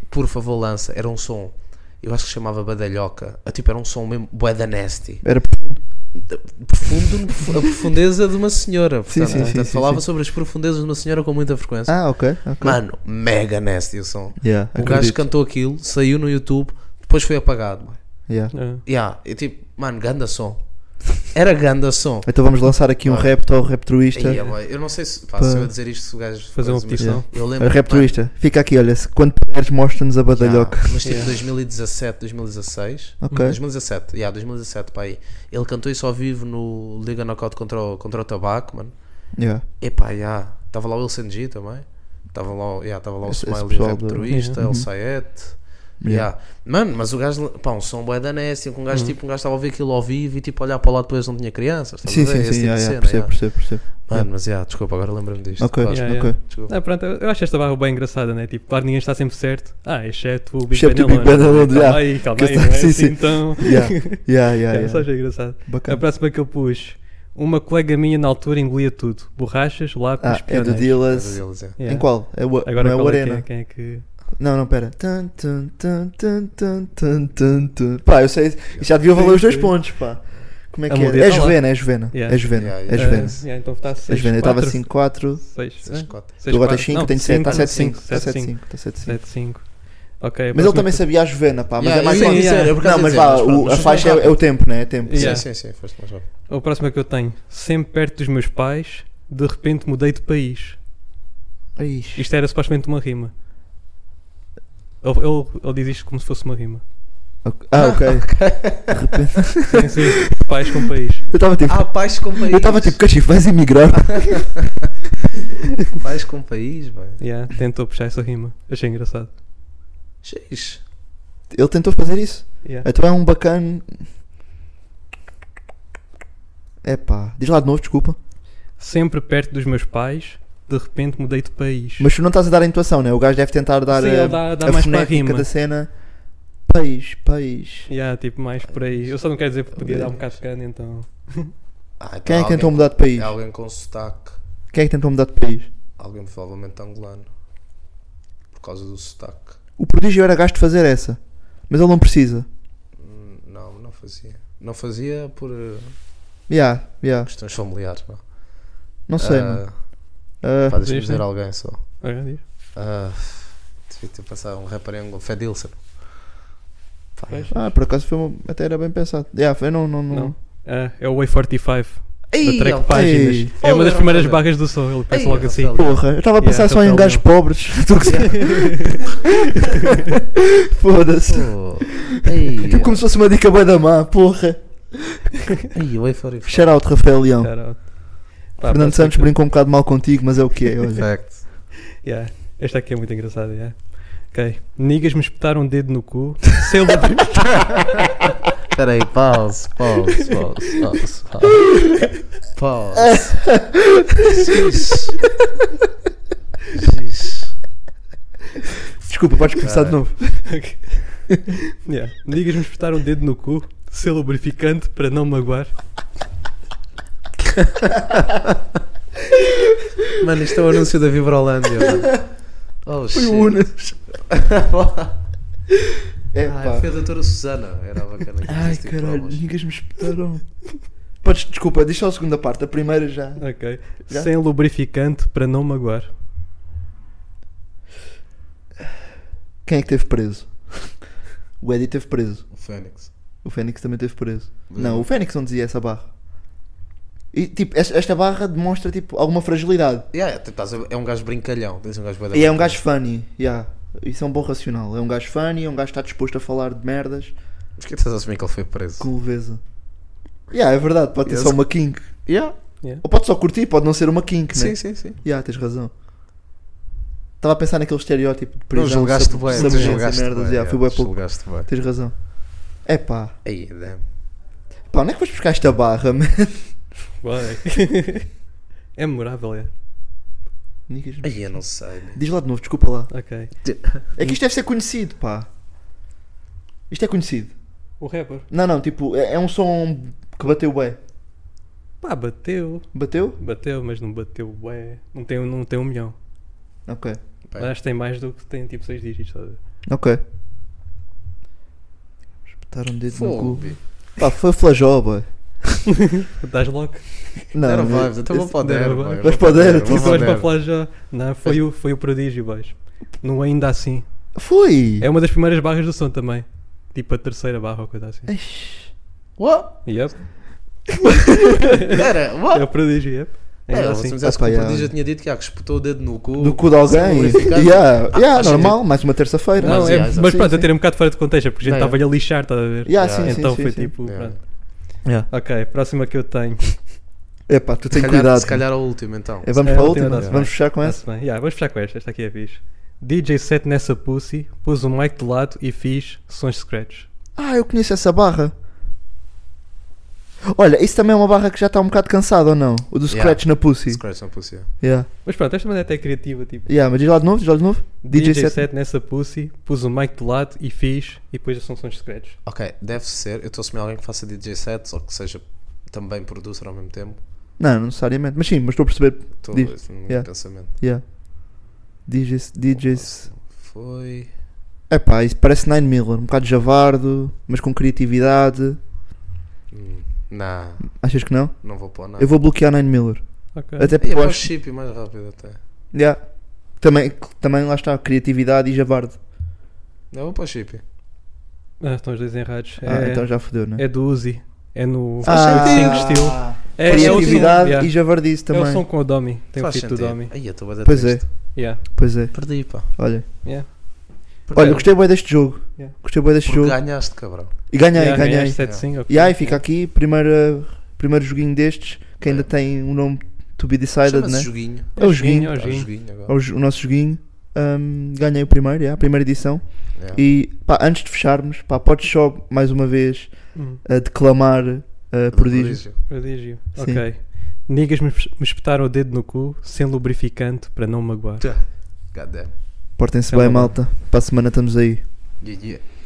por favor, lança. Era um som, eu acho que se chamava Badalhoca. Ah, tipo, era um som mesmo, bué da nasty. Era Profundo, a profundeza de uma senhora. Sim, Portanto, sim, sim, portanto, sim, falava sim. sobre as profundezas de uma senhora com muita frequência. Ah, ok, ok. Mano, mega nasty o som. Yeah, O gajo acredito. cantou aquilo, saiu no YouTube, depois foi apagado, bué. Yeah. É. Yeah, eu tipo, mano, ganda som. Era ganda som. Então vamos lançar aqui um Ah. rap ao raptruísta. Ia, boy, eu não sei se, pá, é Pá. se eu a dizer isto, se o gajo. Fazer uma faz- petição. Eu lembro. Raptruísta, fica aqui, olha, se quando puderes mostra-nos a mano, yeah, badalhoca. mas tipo Yeah. 2017, 2016. Ok. 2017, yeah, 2017, pá, aí. Ele cantou isso ao vivo no Liga Knockout contra o, contra o Tabaco, mano. Yeah. Epá, yeah. Estava lá o Wilson G também. Estava lá, o- yeah, tava lá o Esse- esse Smiley pessoal do- Rapturista, Yeah. o Sayet. Yeah. Uhum. Yeah. Mano, mas o gajo, pá, um som bué da Nessie, que um gajo, tipo, um gajo estava a ouvir aquilo ao vivo e, tipo, olhar para o lado depois não tinha crianças, estás Sim, a ver? sim, Esse sim, tipo yeah, de yeah, cena, percebo, yeah. percebo, percebo. Mano, mas, yeah, desculpa, agora lembrei-me disto. Ok, Claro, Yeah, ok. yeah. desculpa. Ah, pronto, eu eu acho esta barra bem engraçada, né? Tipo, claro, ninguém está sempre certo. Ah, exceto o Big Excepto o Ben em Big Ben Londres. em Londres, Calma yeah. aí, calma Que aí, eu- não é sim, assim sim. então. Yeah, yeah, yeah, É, só yeah. achei engraçado. A Bacana. próxima que eu pus. Uma colega minha na altura engolia tudo. Borrachas, lápis, Ah, é do pioneiros. Mas Dillas. eles, yeah. Yeah. Em qual? É o, Agora não é o qual é que Arena. é? Quem é que... Não, não, pera. Tan, tan, tan, tan, tan, tan, tan, tan. Pá, eu sei. Já devia valer os dois Sim, sim. pontos, pá. Como é A que é? Moreira É tá lá. Juvena, é Juvena. Yeah. É Juvena, Yeah, é yeah. Juvena. Ah, yeah, então está É 6, Juvena. Eu estava 5-4. 6, Esses quatro. Tu agora tens 5, tenho 7. Está 7-5. Está 7-5. Está 7-5. 7, 5. Ok, a Mas ele próxima- também sabia a Juvena, pá. Mas Yeah, é mais eu ia fácil. dizer, eu por acaso Não, ia mas dizer, vá, pronto, o- a mas faixa foi é, é o tempo, né? É tempo. Yeah. Sim, sim, sim, foste mais rápido. A próxima que eu tenho. Sempre perto dos meus pais, de repente mudei de país. Ixi. Isto era supostamente uma rima. Ele, ele, ele diz isto como se fosse uma rima. Ok. Ah, ok. Sim, sim. Pais com país. Eu estava tipo. Ah, pais com país. Eu estava tipo, cachifo, vais emigrar. tipo, Pais com país, velho. Yeah, tentou puxar essa rima. Achei engraçado. X. Ele tentou fazer isso. Yeah. Então é um bacana. É pá. Diz lá de novo, desculpa. Sempre perto dos meus pais, de repente mudei de país. Mas tu não estás a dar a intuação, né? O gajo deve tentar dar Sim, a, ele dá- dá a mais para a fonética rima. da cena. País, país. Yeah, tipo, mais por aí. Eu só não quero dizer porque podia dar um bocado de cana, então. Ah, então Quem é que alguém- tentou mudar de país? Alguém com sotaque. Quem é que tentou mudar de país? Alguém provavelmente angolano. Por causa do sotaque. O prodígio era gajo de fazer essa. Mas ele não precisa. Hum, Não, não fazia. Não fazia por eh, Yeah, yeah. questões familiares, não. Não sei, Ah, mano. Ah, Pá, deixa-me Diz, dizer né? alguém só. Olha, diz. Ah, devia ter passado um rapper em angolano. Fedilson. Pá, Pois. ah, por acaso foi uma- até era bem pensado. Yeah, foi, não, não, não. Não. Ah, é o Way 45. Ei, da track Alfredo. páginas. Ei. é uma das Foda, primeiras Alfredo. barras do som, ele pensa Ei, logo assim. Alfredo. Porra, então tá eu estava a pensar Yeah, só em papel. gajos pobres. Foda-se. Pô. Ei, Tipo como se fosse uma dica bué da má, porra. ei, é o Euphoria. Shout out, Rafael Leão. Cara, pá, Fernando pá, Santos esta- brincou um bocado mal contigo, mas é o que é, olha. Fact. Yeah. Esta aqui é muito engraçada, yeah. Ok. Niggas me espetaram um dedo no cu. Célebre. Espera aí, pause, pause, pause, pause, pause. Pause. Jeez. Jeez. Desculpa, podes começar de novo. yeah. Niggas me espetaram um dedo no cu. Ser lubrificante para não magoar. Mano, isto é o anúncio da Vibrolândia, mano. Oh, Foi shit. o Unas. É Ah, pá. foi a doutora Susana. Era bacana que Ai fizesse tipo caralho, promos. niggas me espetaram. Podes, desculpa, deixa só a segunda parte, a primeira já. Ok. Já? Sem lubrificante para não magoar. Quem é que teve preso? O Eddie teve preso. O Fênix. O Fênix também teve preso. Não, o Fênix não dizia essa barra. E tipo, es- esta barra demonstra tipo, alguma fragilidade. Yeah, tipo, estás a- é um gajo brincalhão. Tens um gajo bué da E é um gajo brincalhão. funny, yeah. Isso é um bom racional. É um gajo funny, é um gajo que está disposto a falar de merdas Por que estás a assumir que ele foi preso? com leveza. Yeah, é verdade, pode ter Yes. só uma kink. Yeah. Yeah. Ou pode só curtir, pode não ser uma kink, né? Sim, sim, sim. Yeah, tens razão. Estava a pensar naquele estereótipo de Não prisão. julgaste sab- bem, tu sabonete e julgaste merdas, bem. yeah, yeah, foi bué pouco. Julgaste bem. Tens razão. É pá. Aí, damn. Pá, onde é que vais buscar esta barra, man? Vai. é memorável, é. Niggas me- Aí, eu não sei. né? Diz lá de novo, desculpa lá. Ok. É Hum. que isto deve ser conhecido, pá. Isto é conhecido. O rapper. Não, não, tipo, é, é um som que bateu bem. Pá, bateu. Bateu? Bateu, mas não bateu. Ué. Não tem, não tem um milhão. Ok. Bem. Mas tem mais do que tem tipo 6 dígitos, sabe? Ok. Espetaram o dedo no Fogo. cu. Pá, foi flajoba. Estás logo. Não, Era Ah, mas- vibes, então vou esse- para o Dero. Dero, boy, vais vou para o Dero, vou tu para o Agora para Dero. falar já. Não, foi o, foi o prodígio, baixo. Não ainda assim. Foi! É uma das primeiras barras do som também. Tipo a terceira barra ou coisa assim. Eish. What? Yep. Era, what? É o prodígio, yep. É, Ainda Era, assim. se me dissesse que Opa, o yeah. Prodígio tinha dito que ah, que espetou o dedo no cu. Do cu de alguém? lubrificante. Yeah, yeah faz normal, mais uma terça-feira. Não, Mas, é- yeah, mas, sim, pronto, eu sim. tirei um bocado fora de contexto, porque a gente Yeah. estava-lhe a lixar, estás a ver? Yeah, Yeah. sim, sim, então sim, foi sim. tipo. Yeah. pronto. Yeah. Ok, próxima que eu tenho. Epá, tu Se tens calhar, cuidado. se calhar é o último então. É, vamos É, para a última, última? tá-se Vamos bem. fechar com essa? Tá-se bem. Yeah, vamos fechar com esta, esta aqui é fixe. DJ set nessa pussy, pus o mic de lado e fiz sons de scratch. Ah, eu conheço essa barra. Olha, isso também é uma barra que já está um bocado cansada ou não? O do Yeah. scratch na pussy. Scratch não possível. Yeah. Mas pronto, esta maneira até é criativa, tipo. Yeah, mas diz lá de novo, diz lá de novo. DJ, set. set nessa pussy, pus o mic de lado e fiz, e depois são sons de scratch. Ok, deve ser. Eu estou a assumir alguém que faça DJ sets ou que seja também producer ao mesmo tempo. Não, não necessariamente. Mas sim, mas estou a perceber. Estou assim, Diz, no yeah. pensamento. Yeah. DJs. DJs. Foi. Epá, isso parece Nine Miller. Um bocado javardo, mas com criatividade. Hum, Não, Achas que não? não vou pôr nada. Eu vou bloquear Nine Miller. Ok. Até Ia porque eu para o acho. chip e mais rápido até. Yeah. Também, também lá está, criatividade e javardo. Eu vou para o chip. Ah, estão os dois errados. É, Ah, então já fodeu, né? é do Uzi. É no Ah. Sync Steel. É, é o som, criatividade yeah. e javardice É também. o som com o Domi. Tem o Faz feat do sentido. Domi. Aí eu estou a dar Pois é. Yeah. Pois é, Perdi, pá. olha. Yeah. Olha, eu gostei bem deste jogo. Yeah. Gostei bem deste Porque jogo. ganhaste, cabrão. E ganhei, Yeah, ganhei. ganhaste sete Yeah. cinco, ok. E aí fica aqui, primeira, primeiro joguinho destes, que É. ainda tem um nome to be decided, Chama-se né? joguinho. É o joguinho. é É o o joguinho. joguinho É agora. o, jo- o nosso joguinho. Ahm, ganhei o primeiro, yeah, a primeira edição. Yeah. E pá, antes de fecharmos, pá, podes só mais uma vez Hum, a declamar a Do prodígio. prodígio. Sim. Ok. Niggas me, me espetaram o dedo no cu sem lubrificante para não magoar. God damn. Portem-se É bem, uma boa. malta. Para a semana estamos aí. Yeah, yeah.